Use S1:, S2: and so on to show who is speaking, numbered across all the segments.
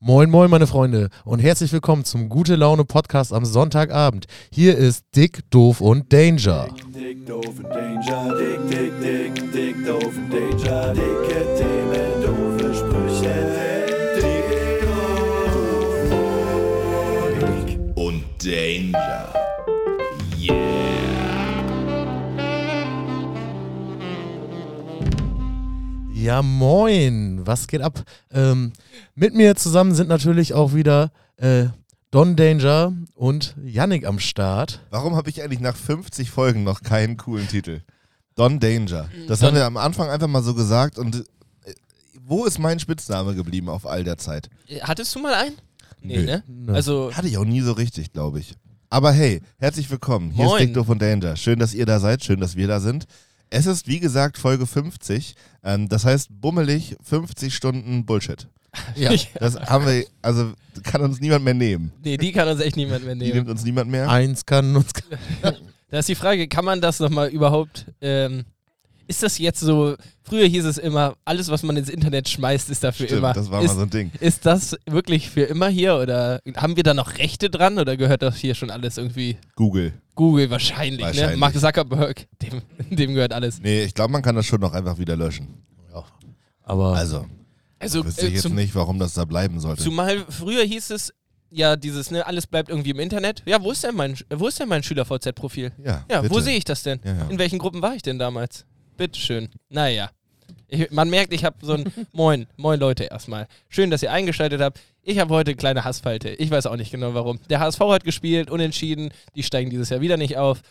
S1: Moin, moin, meine Freunde, und herzlich willkommen zum Gute Laune Podcast am Sonntagabend. Hier ist Dick, Doof und Danger.
S2: Dick, doof und Danger, dick, dick, dick, dick, doof und Danger, dicke Themen, doofe Sprüche, dick, doof und dick und Danger.
S1: Ja, moin, was geht ab? Ähm, mit mir zusammen sind natürlich auch wieder äh, Don Danger und Yannick am Start.
S3: Warum habe ich eigentlich nach 50 Folgen noch keinen coolen Titel? Don Danger. Das haben wir am Anfang einfach mal so gesagt und äh, wo ist mein Spitzname geblieben auf all der Zeit?
S4: Hattest du mal einen? Nee,
S3: Nö.
S4: ne? Also,
S3: Hatte ich auch nie so richtig, glaube ich. Aber hey, herzlich willkommen. Hier
S4: Moin.
S3: ist Dicto von Danger. Schön, dass ihr da seid, schön, dass wir da sind. Es ist, wie gesagt, Folge 50. Ähm, das heißt, bummelig 50 Stunden Bullshit.
S1: Ja,
S3: Das haben wir, also kann uns niemand mehr nehmen.
S4: nee, die kann uns echt niemand mehr
S3: Die nimmt
S4: nehmen.
S3: uns niemand
S4: Ah,
S3: mehr.
S1: eins kann uns.
S4: Da ist die Frage, kann man das nochmal überhaupt, ähm, ist das jetzt so, früher hieß es immer, alles, was man ins Internet schmeißt, ist dafür
S3: Stimmt,
S4: immer.
S3: das war
S4: ist,
S3: mal so ein Ding.
S4: ist das wirklich für immer hier oder haben wir da noch Rechte dran oder gehört das hier schon alles irgendwie
S3: Google.
S4: Google wahrscheinlich, ne?
S3: Wahrscheinlich.
S4: Mark Zuckerberg, dem, dem gehört alles.
S3: Nee, ich glaube, man kann das schon noch einfach wieder löschen.
S1: Aber
S4: Oh.
S3: Also,
S4: Also
S3: Wüsste
S4: äh,
S3: ich jetzt
S4: zum,
S3: nicht, warum das da bleiben sollte.
S4: Zumal früher hieß es ja dieses, ne, alles bleibt irgendwie im Internet. Ja, wo ist denn mein, Sch- wo ist denn mein Schüler-VZ-Profil?
S3: ja,
S4: Ja, wo
S3: bitte.
S4: sehe ich das denn?
S3: Ja, ja.
S4: In welchen Gruppen war ich denn damals? Bitteschön. Naja. Ich, man merkt, ich habe so ein Moin, Moin Leute erstmal. Schön, dass ihr eingeschaltet habt. Ich habe heute eine kleine Hassfalte. Ich weiß auch nicht genau warum. Der HSV hat gespielt, unentschieden. Die steigen dieses Jahr wieder nicht auf.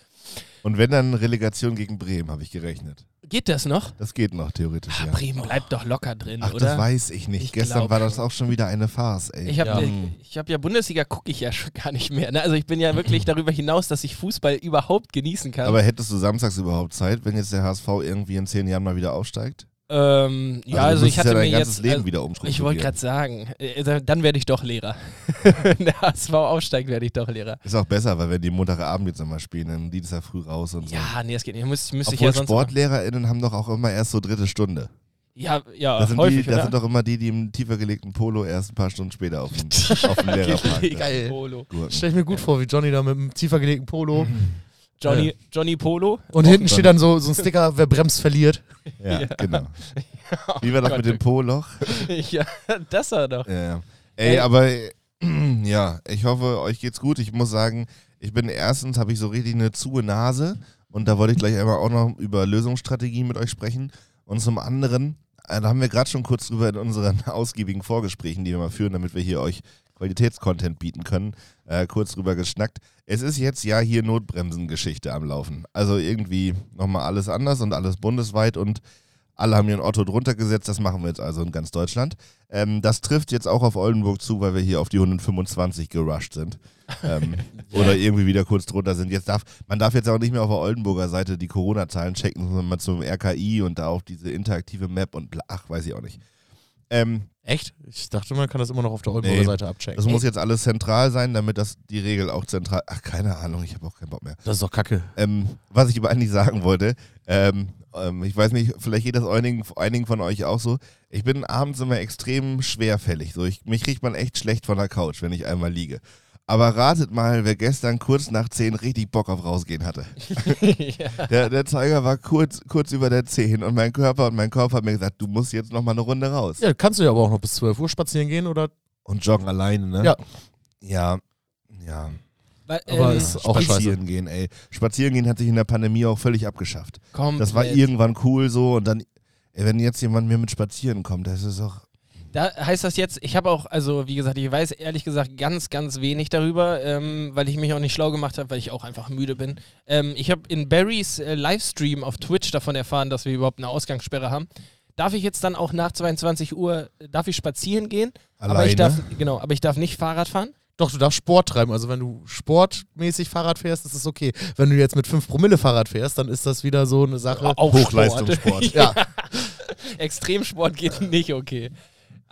S3: Und wenn dann Relegation gegen Bremen, habe ich gerechnet.
S4: Geht das noch? Ah,
S3: Das geht noch theoretisch, ja.
S4: Bremen bleibt doch locker drin,
S3: Ach,
S4: oder?
S3: das weiß ich nicht.
S4: Ich
S3: Gestern
S4: glaub
S3: war das
S4: schon.
S3: auch schon wieder eine Farce, ey.
S4: Ich habe
S1: Ja.
S4: ja. ich hab ja Bundesliga gucke ich ja schon gar nicht mehr. Ne? Also ich bin ja wirklich darüber hinaus, dass ich Fußball überhaupt genießen kann.
S3: Aber hättest du samstags überhaupt Zeit, wenn jetzt der HSV irgendwie in zehn Jahren mal wieder aufsteigt?
S4: ähm, ja, also,
S3: du
S4: ich hatte
S3: ja dein
S4: mir
S3: ganzes
S4: jetzt
S3: Leben
S4: also,
S3: wieder
S4: Ich wollte
S3: umstrukturieren.
S4: gerade sagen, äh, da- dann werde ich doch Lehrer. Wenn der HSV aufsteigt, werde ich doch Lehrer.
S3: Ist auch besser, weil wenn die Montagabend jetzt nochmal spielen, dann geht es ja früh raus und so.
S4: Ja, nee, das geht nicht. Müsste, müsste ich
S3: Obwohl
S4: ja sonst machen.
S3: SportlehrerInnen haben doch auch immer erst so dritte Stunde.
S4: Ja, ja,
S3: Das sind,
S4: Ah, häufig,
S3: die, das
S4: oder?
S3: sind doch immer die, die im tiefer gelegten Polo erst ein paar Stunden später auf dem, auf dem Lehrerpark da
S1: geil.
S4: Polo.
S3: gurken.
S1: Stell ich mir gut vor, wie Johnny da mit einem tiefer gelegten Polo
S4: Johnny,
S1: Ja.
S4: Johnny Polo.
S1: und hinten steht Mhm. dann so, so ein Sticker, wer bremst, verliert.
S3: Ja,
S4: Ja. Oh
S3: genau. Wie war das
S4: Gott,
S3: mit dem Po-Loch?
S4: ja, das war doch.
S3: Ja. Ey,
S4: Ey.
S3: aber äh, ja, ich hoffe, euch geht's gut. Ich muss sagen, ich bin erstens, habe ich so richtig eine zuhe Nase und da wollte ich gleich einmal auch noch über Lösungsstrategien mit euch sprechen. Und zum anderen, äh, da haben wir gerade schon kurz drüber in unseren ausgiebigen Vorgesprächen, die wir mal führen, damit wir hier euch Qualitätscontent bieten können, äh, kurz drüber geschnackt. Es ist jetzt ja hier Notbremsengeschichte am Laufen. Also irgendwie nochmal alles anders und alles bundesweit und alle haben ihren Otto drunter gesetzt, das machen wir jetzt also in ganz Deutschland. Ähm, das trifft jetzt auch auf Oldenburg zu, weil wir hier auf die 125 gerusht sind. Ähm, Oder irgendwie wieder kurz drunter sind. Jetzt darf, man darf jetzt auch nicht mehr auf der Oldenburger Seite die Corona-Zahlen checken, sondern mal zum RKI und da auf diese interaktive Map und bla, ach, weiß ich auch nicht. Ähm,
S1: Echt? Ich dachte, man kann das immer noch auf der Oldenburger
S3: Nee.
S1: Seite abchecken.
S3: das muss jetzt alles zentral sein, damit das die Regel auch zentral. Ach, keine Ahnung, ich habe auch keinen Bock mehr.
S1: das ist doch kacke.
S3: Ähm, was ich aber eigentlich sagen wollte, ähm, ähm, ich weiß nicht, vielleicht geht das einigen, einigen von euch auch so. Ich bin abends immer extrem schwerfällig. So, ich, mich kriegt man echt schlecht von der Couch, wenn ich einmal liege. Aber ratet mal, wer gestern kurz nach 10 richtig Bock auf rausgehen hatte.
S4: ja.
S3: Der, der Zeiger war kurz, kurz über der 10 und mein Körper und mein Kopf hat mir gesagt, du musst jetzt nochmal eine Runde raus.
S1: Ja, kannst du ja aber auch noch bis 12 Uhr spazieren gehen oder
S3: Und joggen alleine, ne?
S1: Ja.
S3: Ja. Ja.
S4: Weil,
S1: Aber
S4: ähm,
S1: es- ist auch scheiße.
S3: spazieren gehen, ey. Spazieren gehen hat sich in der Pandemie auch völlig abgeschafft.
S1: Mhm.
S4: komplett.
S3: Das war irgendwann cool so und dann, ey, wenn jetzt jemand mir mit Spazieren kommt, das ist auch.
S4: Da heißt das jetzt, ich habe auch, also wie gesagt, ich weiß ehrlich gesagt ganz, ganz wenig darüber, ähm, weil ich mich auch nicht schlau gemacht habe, weil ich auch einfach müde bin. Ähm, ich habe in Barrys äh, Livestream auf Twitch davon erfahren, dass wir überhaupt eine Ausgangssperre haben. Darf ich jetzt dann auch nach 22 Uhr, äh, darf ich spazieren gehen? Aber
S3: Alleine?
S4: ich darf, genau, aber ich darf nicht Fahrrad fahren.
S1: Doch, du darfst Sport treiben. Also wenn du sportmäßig Fahrrad fährst, ist es okay. Wenn du jetzt mit 5 Promille Fahrrad fährst, dann ist das wieder so eine Sache.
S4: Auch
S3: Hochleistungssport.
S4: Sport. ja. Extremsport geht nicht okay.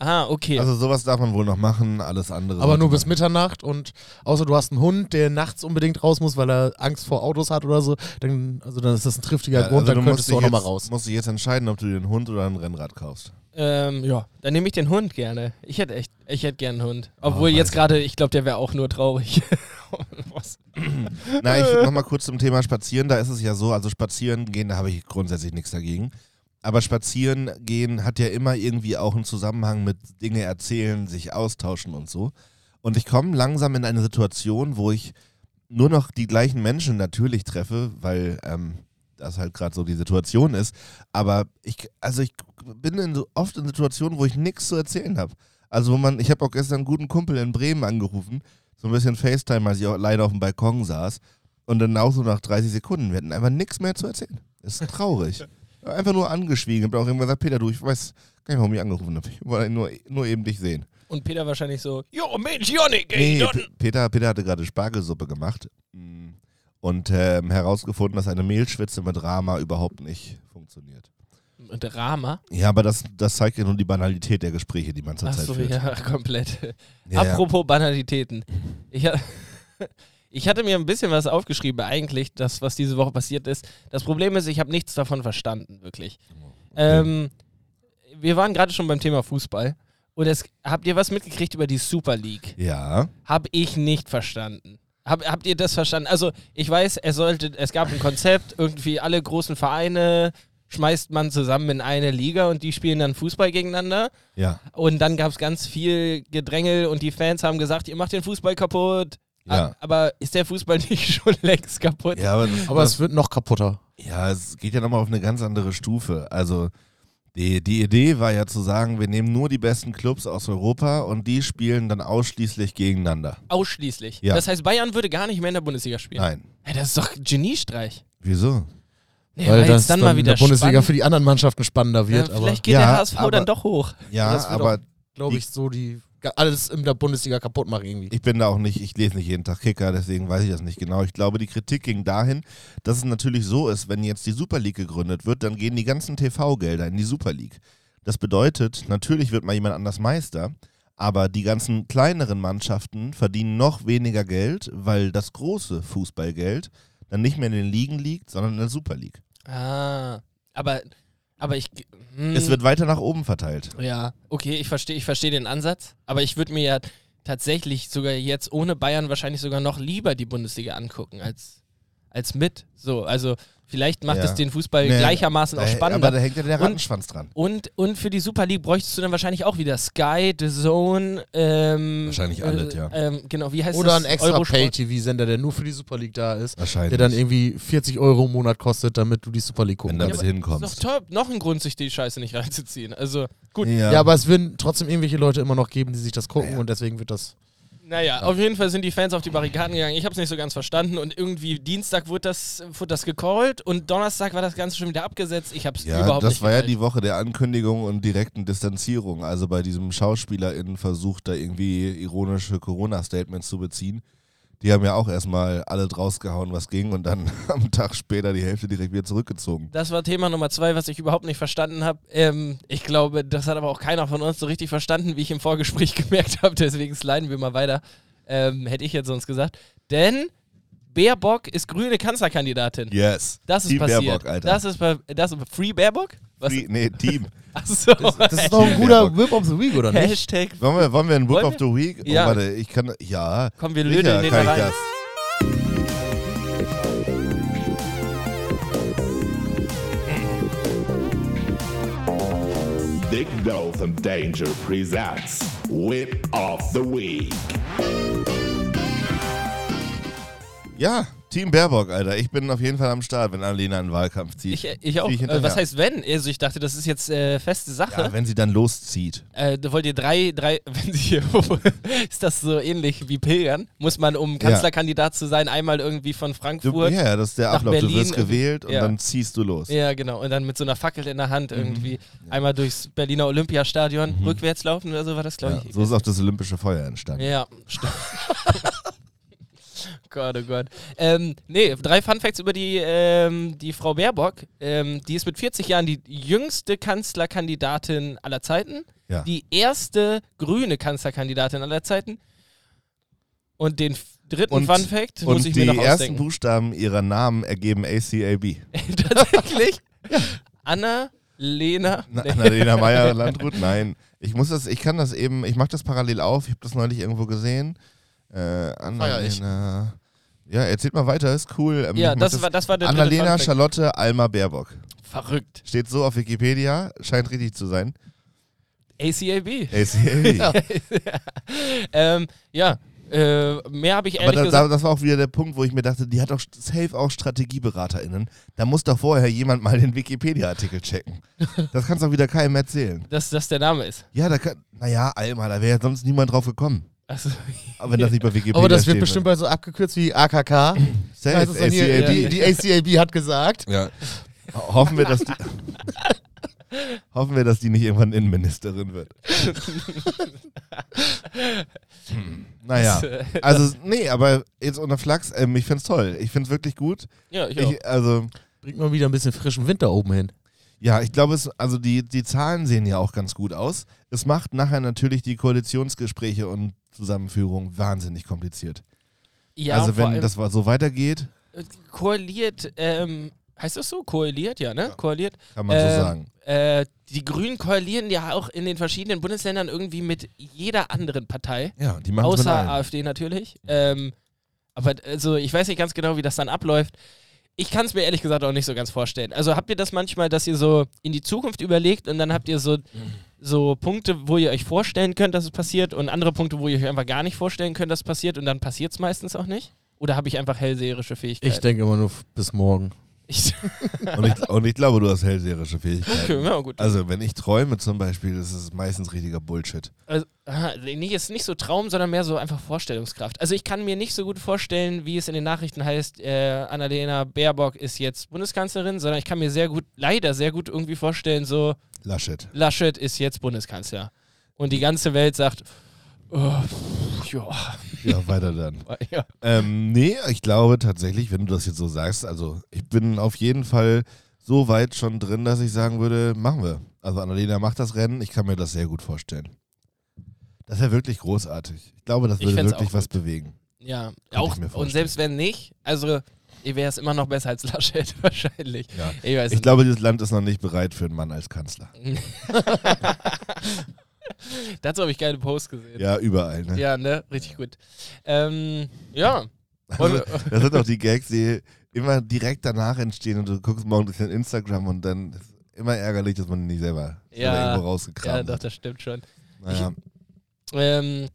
S4: Ah, okay.
S3: Also sowas darf man wohl noch machen, alles andere.
S1: Aber
S3: sollte
S1: nur bis
S3: man-
S1: Mitternacht und außer du hast einen Hund, der nachts unbedingt raus muss, weil er Angst vor Autos hat oder so, dann, also dann ist das ein triftiger
S3: Ja,
S1: Grund, dann
S3: du musst
S1: könntest du auch
S3: dich
S1: nochmal
S3: jetzt-
S1: raus.
S3: musst dich jetzt entscheiden, ob du dir einen Hund oder ein Rennrad kaufst.
S4: ähm, ja, dann nehme ich den Hund gerne. Ich hätte echt, ich hätte gern einen Hund. Obwohl
S3: Ah, weiß
S4: jetzt
S3: ich.
S4: gerade, ich glaube, der wäre auch nur traurig. Was?
S3: Na, ich noch mal kurz zum Thema Spazieren. Da ist es ja so, also Spazieren gehen, da habe ich grundsätzlich nichts dagegen. Aber Spazieren gehen hat ja immer irgendwie auch einen Zusammenhang mit Dinge erzählen, sich austauschen und so. Und ich komme langsam in eine Situation, wo ich nur noch die gleichen Menschen natürlich treffe, weil ähm, das halt gerade so die Situation ist. Aber ich, also ich bin in so oft in Situationen, wo ich nichts zu erzählen habe. Also wo man, ich habe auch gestern einen guten Kumpel in Bremen angerufen, so ein bisschen FaceTime, als ich auch leider auf dem Balkon saß. Und dann auch so nach 30 Sekunden, wir hatten einfach nichts mehr zu erzählen. Das ist traurig. einfach nur angeschwiegen. Ich habe auch irgendwann gesagt, Peter, du, ich weiß gar nicht, warum ich angerufen habe. Ich wollte nur, nur eben dich sehen.
S4: Und Peter wahrscheinlich so, Jo, Mensch, Jonik, ey,
S3: Nee,
S4: Jon-
S3: P- Peter, Peter hatte gerade Spargelsuppe gemacht mm, und ähm, herausgefunden, dass eine Mehlschwitze mit Rama überhaupt nicht funktioniert.
S4: Drama.
S3: Ja, aber das, das zeigt ja nur die Banalität der Gespräche, die man zurzeit
S4: Achso,
S3: führt.
S4: ja, komplett.
S3: Ja, ja.
S4: Apropos Banalitäten. Ich, ha- ich hatte mir ein bisschen was aufgeschrieben, eigentlich, das, was diese Woche passiert ist. Das Problem ist, ich habe nichts davon verstanden, wirklich. Ähm, wir waren gerade schon beim Thema Fußball. Und es, habt ihr was mitgekriegt über die Super League?
S3: Ja,
S4: Hab ich nicht verstanden. Hab, habt ihr das verstanden? Also, ich weiß, es sollte, es gab ein Konzept, irgendwie alle großen Vereine schmeißt man zusammen in eine Liga und die spielen dann Fußball gegeneinander.
S3: ja.
S4: Und dann gab es ganz viel Gedrängel und die Fans haben gesagt, ihr macht den Fußball kaputt.
S3: Ja.
S4: A- Aber ist der Fußball nicht schon längst kaputt?
S3: ja aber, das,
S1: Aber es wird noch kaputter.
S3: ja, es geht ja nochmal auf eine ganz andere Stufe. Also die, die Idee war ja zu sagen, wir nehmen nur die besten Clubs aus Europa und die spielen dann ausschließlich gegeneinander.
S4: Ausschließlich.
S3: Ja.
S4: Das heißt, Bayern würde gar nicht mehr in der Bundesliga spielen.
S3: Nein.
S4: Ja, das ist doch ein Geniestreich.
S3: Wieso?
S4: Ja, weil
S1: das
S4: es dann mal wieder
S1: in der Bundesliga
S4: spannend-
S1: für die anderen Mannschaften spannender wird.
S4: ja,
S1: aber
S4: Vielleicht geht
S3: Ja,
S4: der HSV
S3: aber-
S4: dann doch hoch.
S3: Ja,
S1: das wird
S3: aber
S1: glaube ich so die alles in der Bundesliga kaputt machen irgendwie.
S3: Ich bin da auch nicht, ich lese nicht jeden Tag Kicker, deswegen weiß ich das nicht genau. Ich glaube, die Kritik ging dahin, dass es natürlich so ist, wenn jetzt die Super League gegründet wird, dann gehen die ganzen TV-Gelder in die Super League. Das bedeutet, natürlich wird mal jemand anders Meister, aber die ganzen kleineren Mannschaften verdienen noch weniger Geld, weil das große Fußballgeld dann nicht mehr in den Ligen liegt, sondern in der Super League.
S4: Ah, aber, aber ich. hm.
S3: Es wird weiter nach oben verteilt.
S4: Ja, okay, ich verstehe ich versteh den Ansatz, aber ich würde mir ja tatsächlich sogar jetzt ohne Bayern wahrscheinlich sogar noch lieber die Bundesliga angucken als, als mit. So, also vielleicht macht
S3: Ja.
S4: es den Fußball
S3: Nee,
S4: gleichermaßen auch
S3: Da- Äh, Aber da
S4: spannender.
S3: hängt ja der
S4: Und-
S3: Rattenschwanz dran.
S4: Und, und für die Super League bräuchtest du dann wahrscheinlich auch wieder Sky, The Zone, ähm,
S3: Wahrscheinlich
S4: äh,
S3: alles, ja.
S4: Ähm, genau, wie heißt
S1: Oder
S4: das?
S1: ein extra
S4: Eurosport?
S1: Pay-TV-Sender, der nur für die Super League da ist,
S3: Wahrscheinlich.
S1: der dann irgendwie 40 Euro im Monat kostet, damit du die Super League gucken
S3: wenn du
S1: kannst.
S3: damit
S4: Ist doch
S3: hinkommst.
S4: top, noch ein Grund, sich die Scheiße nicht reinzuziehen. Also, gut,
S1: Ja, aber es werden trotzdem irgendwelche Leute immer noch geben, die sich das gucken und deswegen wird das.
S4: Naja, auf jeden Fall sind die Fans auf die Barrikaden gegangen. Ich habe es nicht so ganz verstanden und irgendwie Dienstag wurde das, wurde das gecallt und Donnerstag war das Ganze schon wieder abgesetzt. Ich habe es
S3: Ja,
S4: überhaupt
S3: das
S4: nicht
S3: war ja
S4: gecallt.
S3: die Woche der Ankündigung und direkten Distanzierung. Also bei diesem SchauspielerInnen-Versuch, da irgendwie ironische Corona-Statements zu beziehen. Die haben ja auch erstmal alle rausgehauen, was ging, und dann am Tag später die Hälfte direkt wieder zurückgezogen.
S4: Das war Thema Nummer zwei, was ich überhaupt nicht verstanden habe. Ähm, ich glaube, das hat aber auch keiner von uns so richtig verstanden, wie ich im Vorgespräch gemerkt habe. Deswegen sliden wir mal weiter. Ähm, hätte ich jetzt sonst gesagt. Denn Baerbock ist grüne Kanzlerkandidatin.
S3: Yes.
S4: Das ist
S3: Team
S4: passiert.
S3: Baerbock, Alter.
S4: Das ist pa- das ist Free Baerbock? Was?
S3: Free, nee, Team.
S4: Achso.
S1: Das ist doch ein guter Whip of the Week, oder nicht?
S4: Äh, Hashtag.
S3: Wollen wir, wollen wir einen Whip
S4: Wollen
S3: of the Week?
S4: Ja.
S3: Oh, warte, ich kann. Ja.
S4: Komm, wir
S3: Sicher
S4: lödeln den
S3: kann
S4: da
S3: ich
S4: rein.
S3: das.
S5: Dick Dose of Danger presents Whip of the Week.
S3: Ja, Team Baerbock, Alter. Ich bin auf jeden Fall am Start, wenn Alena einen Wahlkampf zieht.
S4: Ich, ich auch.
S3: Zieh ich
S4: äh, was
S3: hinterher.
S4: heißt wenn? Also ich dachte, das ist jetzt äh, feste Sache.
S3: Ja, wenn sie dann loszieht.
S4: äh, da wollt ihr drei, drei, wenn sie hier, ist das so ähnlich wie Pilgern? Muss man, um Kanzlerkandidat zu sein, einmal irgendwie von
S3: Du,
S4: Frankfurt.
S3: ja, ja, das ist der
S4: nach
S3: Ablauf.
S4: Berlin
S3: du wirst
S4: irgendwie-
S3: gewählt und
S4: ja.
S3: dann ziehst du los.
S4: Ja, genau. Und dann mit so einer Fackel in der
S3: Mhm.
S4: Hand irgendwie einmal durchs Berliner Olympiastadion rückwärts laufen oder so war das, glaube
S3: Ja,
S4: ich.
S3: so ist auch das Olympische Feuer entstanden.
S4: ja, stimmt. Gott, oh Gott. Ähm, nee, drei Fun Facts über die, ähm, die Frau Baerbock. Ähm, die ist mit 40 Jahren die jüngste Kanzlerkandidatin aller Zeiten.
S3: Ja.
S4: Die erste grüne Kanzlerkandidatin aller Zeiten. Und den f- dritten
S3: Und-
S4: Fun Fact
S3: Und
S4: muss ich
S3: die
S4: mir noch
S3: ersten
S4: ausdenken.
S3: Buchstaben ihrer Namen ergeben ACAB.
S4: Tatsächlich? Anna, Lena.
S3: Na, Annalena Meyer Landrut? Nein. Ich muss das, ich kann das eben, ich mache das parallel auf, ich habe das neulich irgendwo gesehen. Äh, Annalena. Ja, erzählt mal weiter, ist cool. Ähm,
S4: Ja,
S3: ich mach
S4: das war, das war der
S3: Annalena
S4: dritte Fun
S3: Charlotte Alma Baerbock.
S4: Fact. Verrückt.
S3: Steht so auf Wikipedia, scheint richtig zu sein.
S4: ACAB.
S3: ACAB.
S4: ähm, ja, äh, mehr habe ich
S3: Aber
S4: ehrlich
S3: da,
S4: gesagt.
S3: da, das war auch wieder der Punkt, wo ich mir dachte, die hat doch safe auch StrategieberaterInnen. Da muss doch vorher jemand mal den Wikipedia-Artikel checken. Das kannst doch wieder keinem erzählen.
S4: dass das der Name ist.
S3: Ja, da kann. Naja, Alma, da wäre ja sonst niemand drauf gekommen.
S4: Also,
S3: Aber wenn das nicht bei Wikipedia
S1: Aber das
S3: stehen
S1: wird bestimmt
S3: würde.
S1: bei so abgekürzt wie AKK.
S3: Safe,
S1: heißt es dann hier, äh, die,
S3: ACAB.
S1: die ACAB hat gesagt.
S3: Ja. Ho- Hoffen wir, dass die, hoffen wir, dass die nicht irgendwann Innenministerin wird. Hm, naja.
S1: äh,
S3: Also, nee, aber jetzt unter Flachs, ähm, ich find's toll. Ich find's wirklich gut.
S4: ja, ich auch.
S3: Ich, also,
S1: Bringt mal wieder ein bisschen frischen Wind da oben hin.
S3: ja, ich glaube, es, also die, die Zahlen sehen ja auch ganz gut aus. Es macht nachher natürlich die Koalitionsgespräche und Zusammenführung wahnsinnig kompliziert.
S4: Ja,
S3: also,
S4: vor
S3: wenn
S4: allem,
S3: das so weitergeht,
S4: koaliert, ähm, heißt das so? Koaliert, ja, ne? Koaliert.
S3: kann man
S4: Ähm,
S3: so sagen.
S4: Äh, die Grünen koalieren ja auch in den verschiedenen Bundesländern irgendwie mit jeder anderen Partei,
S3: Ja, die machen
S4: außer AfD natürlich. Ähm, aber also ich weiß nicht ganz genau, wie das dann abläuft. Ich kann es mir ehrlich gesagt auch nicht so ganz vorstellen. Also habt ihr das manchmal, dass ihr so in die Zukunft überlegt und dann habt ihr so, so Punkte, wo ihr euch vorstellen könnt, dass es passiert und andere Punkte, wo ihr euch einfach gar nicht vorstellen könnt, dass es passiert und dann passiert es meistens auch nicht? Oder habe ich einfach hellseherische Fähigkeiten?
S1: Ich denke immer nur f- bis morgen.
S4: Ich-
S3: Und ich, und ich glaube, du hast hellseherische Fähigkeiten.
S4: okay, ja, gut.
S3: Also, wenn ich träume zum Beispiel, das ist meistens richtiger Bullshit.
S4: Also, aha, nee, ist nicht so Traum, sondern mehr so einfach Vorstellungskraft. Also ich kann mir nicht so gut vorstellen, wie es in den Nachrichten heißt, äh, Annalena Baerbock ist jetzt Bundeskanzlerin, sondern ich kann mir sehr gut, leider sehr gut irgendwie vorstellen, so
S3: Laschet.
S4: Laschet ist jetzt Bundeskanzler. Und die ganze Welt sagt, oh, pff, ja,
S3: Ja, weiter dann.
S4: ja.
S3: ähm, nee, ich glaube tatsächlich, wenn du das jetzt so sagst, also ich bin auf jeden Fall so weit schon drin, dass ich sagen würde, machen wir. Also Annalena macht das Rennen, ich kann mir das sehr gut vorstellen. Das wäre wirklich großartig. Ich glaube, das
S4: Ich
S3: würde
S4: fänd's
S3: wirklich
S4: auch
S3: was bewegen.
S4: ja.
S3: ich
S4: Auch,
S3: mir
S4: und
S3: vorstellen.
S4: selbst wenn nicht, also wäre es immer noch besser als Laschet wahrscheinlich.
S3: Ja.
S4: Ich weiß
S3: Ich glaube, dieses Land ist noch nicht bereit für einen Mann als Kanzler.
S4: nicht. Dazu habe ich geile Posts gesehen.
S3: Ja, überall. Ne?
S4: Ja, ne? Richtig gut. Ähm, ja.
S3: Also, das sind auch die Gags, die immer direkt danach entstehen und du guckst morgen ein bisschen Instagram und dann ist immer ärgerlich, dass man die nicht selber,
S4: Ja.
S3: selber irgendwo
S4: Ja,
S3: rausgekramt
S4: doch,
S3: hat.
S4: das stimmt schon.
S3: Naja.
S4: Ähm,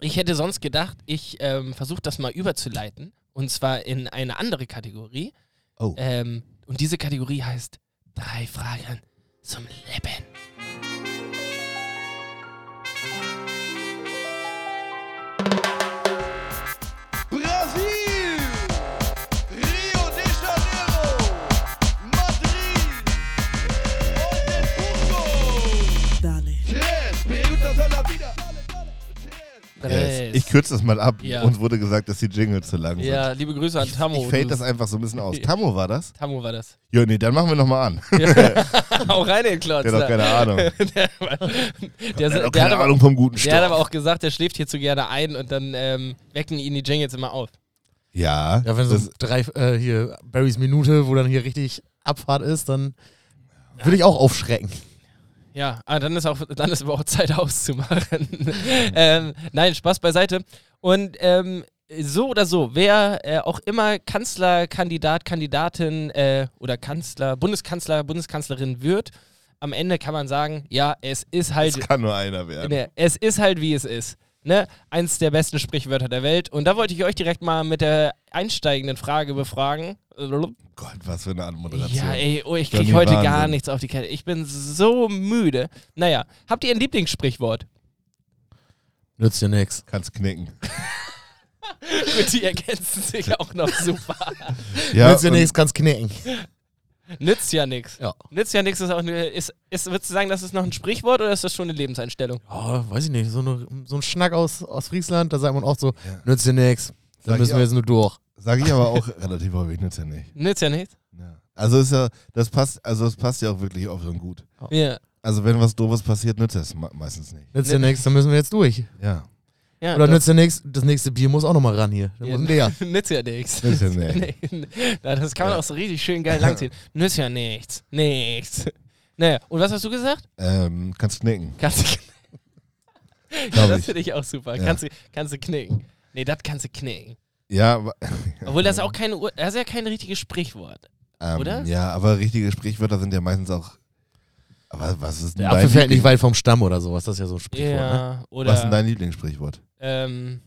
S4: ich hätte sonst gedacht, ich ähm, versuche das mal überzuleiten. Und zwar in eine andere Kategorie.
S3: Oh.
S4: Ähm, und diese Kategorie heißt Drei Fragen zum Leben.
S2: Brasil! Rio de Janeiro! Madrid! Montevideo!
S6: Dale,
S2: Tres preguntas a la vida!
S3: Yes. Ich kürze das mal ab.
S4: Ja.
S3: Uns wurde gesagt, dass die Jingles zu lang
S4: ja, liebe Grüße an
S3: sind. Ich
S4: Tammo.
S3: fade
S4: du-
S3: das einfach so ein bisschen aus. Tammo war das?
S4: Tammo war das.
S3: Ja, nee, dann machen wir nochmal an.
S4: Auch rein in den Klotz.
S3: Der hat doch
S4: da.
S3: keine Ahnung. Der
S4: der, war- der,
S3: hat
S4: der,
S3: doch keine
S4: hat aber,
S3: Ahnung vom guten Stoff.
S4: der hat aber auch gesagt, der schläft hier zu gerne ein und dann ähm, wecken ihn die Jingles immer auf.
S3: ja,
S1: Ja, wenn so
S3: das,
S1: drei, äh, hier, Barrys Minute, wo dann hier richtig Abfahrt ist, dann würde ich auch aufschrecken.
S4: Ja, ah, dann ist auch dann ist aber auch Zeit auszumachen. ähm, nein, Spaß beiseite. Und ähm, so oder so, wer äh, auch immer Kanzlerkandidat, Kandidatin äh, oder Kanzler, Bundeskanzler, Bundeskanzlerin wird, am Ende kann man sagen, ja, es ist halt,
S3: das kann nur einer werden.
S4: ne, es ist halt wie es ist. Ne? Eins der besten Sprichwörter der Welt. Und da wollte ich euch direkt mal mit der einsteigenden Frage befragen.
S3: Gott, was für eine Anmoderation.
S4: Ja, ey, oh, ich
S3: Johnny,
S4: kriege heute gar
S3: Wahnsinn.
S4: nichts auf die Kette. Ich bin so müde. Naja, habt ihr ein Lieblingssprichwort?
S1: Nützt dir nix.
S3: Kannst knicken.
S4: Gut, die ergänzen sich auch noch super.
S3: Ja,
S1: Nützt dir
S3: und-
S1: nix, kannst knicken.
S4: Nützt ja nichts.
S1: Ja.
S4: Nützt ja nichts ist auch eine. Ist, ist, würdest du sagen, das ist noch ein Sprichwort oder ist das schon eine Lebenseinstellung?
S1: Ah, Ja, weiß ich nicht, so, eine, so ein Schnack aus, aus Friesland, da sagt man auch so, nützt dir nix. Da
S3: Sag
S1: müssen
S3: ich
S1: wir jetzt nur durch.
S3: Sage ich aber auch relativ häufig, nützt ja nicht.
S4: Nützt ja nichts.
S3: Ja. Also ist ja, das passt, also es passt ja auch wirklich oft und gut.
S4: Ja.
S3: Also wenn was Doofes passiert, nützt es me- meistens nicht.
S1: Nützt der nächste, müssen wir jetzt durch.
S3: Ja.
S4: ja
S1: Oder
S4: doch.
S1: nützt der nächste, das nächste Bier muss auch nochmal ran hier. Da muss ein leer.
S4: Nützt ja nichts.
S3: Nützt ja nichts.
S4: Nee, nee. Na, Das kann man auch so richtig schön geil langziehen. Nützt ja nichts. Nichts. Naja, und was hast du gesagt?
S3: Ähm, kannst knicken.
S4: Kannst du ja,
S3: Glaub
S4: Das
S3: ich.
S4: finde ich auch super.
S3: Ja.
S4: Kannst, du, kannst du knicken. Nee, das kannst du knicken.
S3: Ja, aber-
S4: Obwohl das auch keine Ur das ist ja kein richtiges Sprichwort.
S3: ähm,
S4: Oder?
S3: Ja, aber richtige Sprichwörter sind ja meistens auch. Aber was ist denn
S1: Der
S3: dein
S1: Apfel fällt nicht
S3: Lieblings-
S1: weit vom Stamm oder sowas. Das ist ja so ein Sprichwort. Ne?
S4: Ja, oder
S3: Was ist denn dein Lieblingssprichwort?
S4: ähm,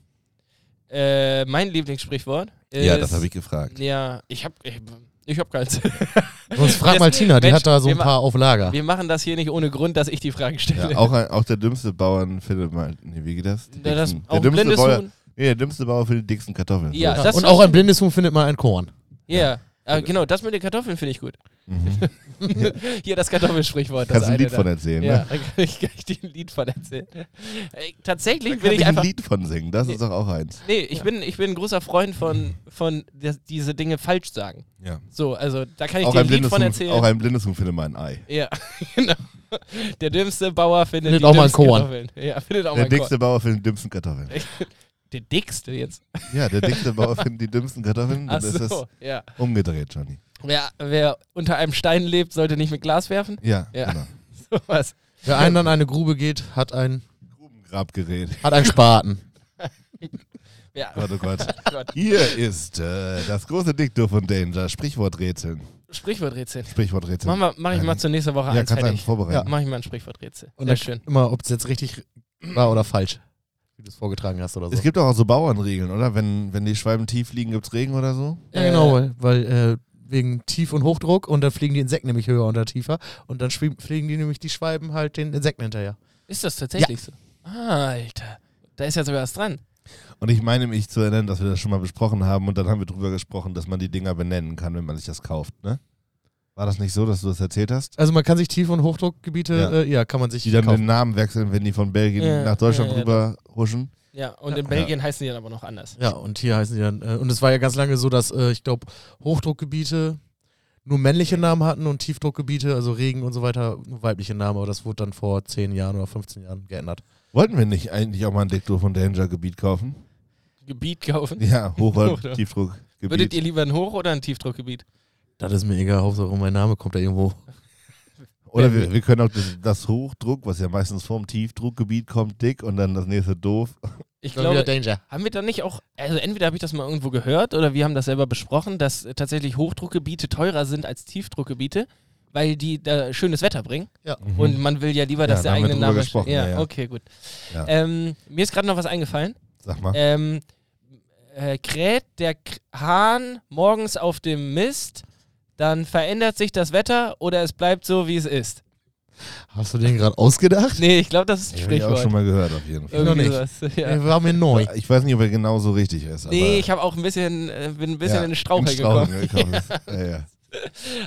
S4: äh, mein Lieblingssprichwort ist
S3: Ja, das habe ich gefragt.
S4: Ja, ich habe ich, ich hab keins.
S1: Sonst frag mal
S4: Das-
S1: Tina, die
S4: Mensch,
S1: hat da so ein
S4: wir ma-
S1: paar auf Lager.
S4: Wir machen das hier nicht ohne Grund, dass ich die Fragen stelle.
S3: Ja, auch, ein, auch der dümmste Bauern findet mal. Nee, wie geht das? Die
S4: Ja, das-
S3: dicksten-
S4: auch
S3: der,
S4: ein
S3: dümmste
S4: blindes
S3: Bauer,
S4: Huhn.
S3: nee, der dümmste Bauer findet die dicksten Kartoffeln.
S4: Ja,
S3: So.
S4: das
S1: Und
S4: war-
S1: auch ein blindes Huhn findet mal ein Korn.
S4: Ja, äh, genau, das mit den Kartoffeln finde ich gut. Hier das Kartoffelsprichwort. das
S3: Mhm. Kannst du ein
S4: eine
S3: Lied von
S4: da.
S3: erzählen,
S4: Ja,
S3: ne?
S4: da kann ich gleich dir ein Lied von erzählen. Äh, tatsächlich
S3: Kann
S4: bin ich
S3: ich ein
S4: einfach.
S3: Lied von singen, das ist doch auch eins.
S4: Nee, ich, bin, ich bin ein großer Freund von, von der, diese Dinge falsch sagen.
S3: Ja.
S4: So, also da kann ich
S3: Auch
S4: dir
S3: ein,
S4: ein Lied
S3: blindes
S4: von
S3: Huhn,
S4: erzählen.
S3: auch ein blindes Huhn findet mal ein Ei.
S4: ja, genau. Der dümmste Bauer findet,
S1: Findet
S4: die
S1: auch mal einen
S4: dümmsten
S1: Korn.
S4: Kartoffeln. Ja, findet auch mal
S3: Der
S4: einen Korn.
S3: dickste Bauer findet die dümmsten Kartoffeln.
S4: Der dickste jetzt.
S3: Ja, der dickste Bauer findet die dümmsten Kartoffeln.
S4: Ach
S3: Dann ist
S4: so,
S3: es
S4: ja.
S3: umgedreht, Johnny.
S4: Wer, wer unter einem Stein lebt, sollte nicht mit Glas werfen.
S3: Ja,
S4: Ja.
S3: genau.
S4: Sowas.
S1: Wer einen an eine Grube geht, hat ein
S3: Grabgerät.
S1: hat einen Spaten.
S4: Ja,
S3: Gott, oh Gott.
S4: Gott.
S3: Hier ist äh, das große Diktor von Danger. Sprichworträtseln.
S4: Sprichworträtsel.
S3: Sprichworträtseln.
S4: Mach, mal, mach ich mal zur nächsten Woche
S3: ja,
S4: eins
S3: kannst du einen
S4: fertig.
S3: vorbereiten.
S4: Mach ich mal ein Sprichworträtsel.
S1: Und
S4: Sehr
S1: dann
S4: schön.
S1: immer, ob es jetzt richtig war oder falsch, wie du es vorgetragen hast oder so.
S3: Es gibt doch auch so Bauernregeln, oder? Wenn, wenn die Schwalben tief liegen, gibt's Regen oder so.
S1: ja, genau, weil, weil äh, wegen Tief- und Hochdruck und dann fliegen die Insekten nämlich höher und dann tiefer und dann schwie- fliegen die nämlich die Schwalben halt den Insekten hinterher.
S4: Ist das tatsächlich so? Ah, Alter. Da ist ja sogar was dran.
S3: Und ich meine mich zu erinnern, dass wir das schon mal besprochen haben und dann haben wir drüber gesprochen, dass man die Dinger benennen kann, wenn man sich das kauft, ne? War das nicht so, dass du das erzählt hast?
S1: Also man kann sich Tief- und Hochdruckgebiete,
S3: Ja.
S1: ja, äh, ja kann man sich
S3: Die dann
S1: kaufen.
S3: den Namen wechseln, wenn die von Belgien
S4: Ja,
S3: nach Deutschland
S4: ja, ja,
S3: rüber huschen.
S4: Ja, und in Belgien heißen die dann aber noch anders.
S1: Ja, und hier heißen die dann, äh, und es war ja ganz lange so, dass äh, ich glaube, Hochdruckgebiete nur männliche Namen hatten und Tiefdruckgebiete, also Regen und so weiter, nur weibliche Namen, aber das wurde dann vor 10 Jahren oder 15 Jahren geändert.
S3: Wollten wir nicht eigentlich auch mal ein Diktor von Danger Gebiet kaufen?
S4: Gebiet kaufen.
S3: Ja,
S4: Oder?
S3: Hochwald,
S4: Würdet ihr
S3: Tiefdruckgebiet.
S4: lieber ein Hoch- oder ein Tiefdruckgebiet?
S1: Das ist mir egal, Hauptsache mein Name kommt da irgendwo.
S3: Oder wir, wir können auch das, das Hochdruck, was ja meistens vom Tiefdruckgebiet kommt, dick und dann das nächste doof.
S4: Ich
S1: Dann wieder
S4: glaube,
S1: Danger.
S4: haben wir da nicht auch, also entweder habe ich das mal irgendwo gehört oder wir haben das selber besprochen, dass äh, tatsächlich Hochdruckgebiete teurer sind als Tiefdruckgebiete, weil die da schönes Wetter bringen.
S1: Ja.
S4: Und man will ja lieber, dass
S3: Mhm. Ja, da haben wir
S4: der eigene
S3: drüber
S4: Name.
S3: gesprochen,
S4: ja,
S3: ja, ja.
S4: okay, gut.
S3: Ja.
S4: Ähm, mir ist gerade noch was eingefallen.
S3: Sag mal.
S4: Ähm, äh, kräht der K Hahn morgens auf dem Mist, dann verändert sich das Wetter oder es bleibt so, wie es ist.
S1: Hast du den gerade ausgedacht?
S4: Nee, ich glaube, das ist ein
S3: ich habe auch schon
S4: Sprichwort.
S3: mal gehört, auf jeden Fall.
S1: Noch
S4: Irgendwie
S1: nicht.
S4: sowas. Ja.
S1: Der war mir neu.
S3: Ich weiß nicht, ob er genau so richtig ist. Aber
S4: Nee, ich habe auch ein bisschen, äh, bin ein bisschen in den Strauch gekommen.
S3: Straucheln gekommen ist. ja, ja.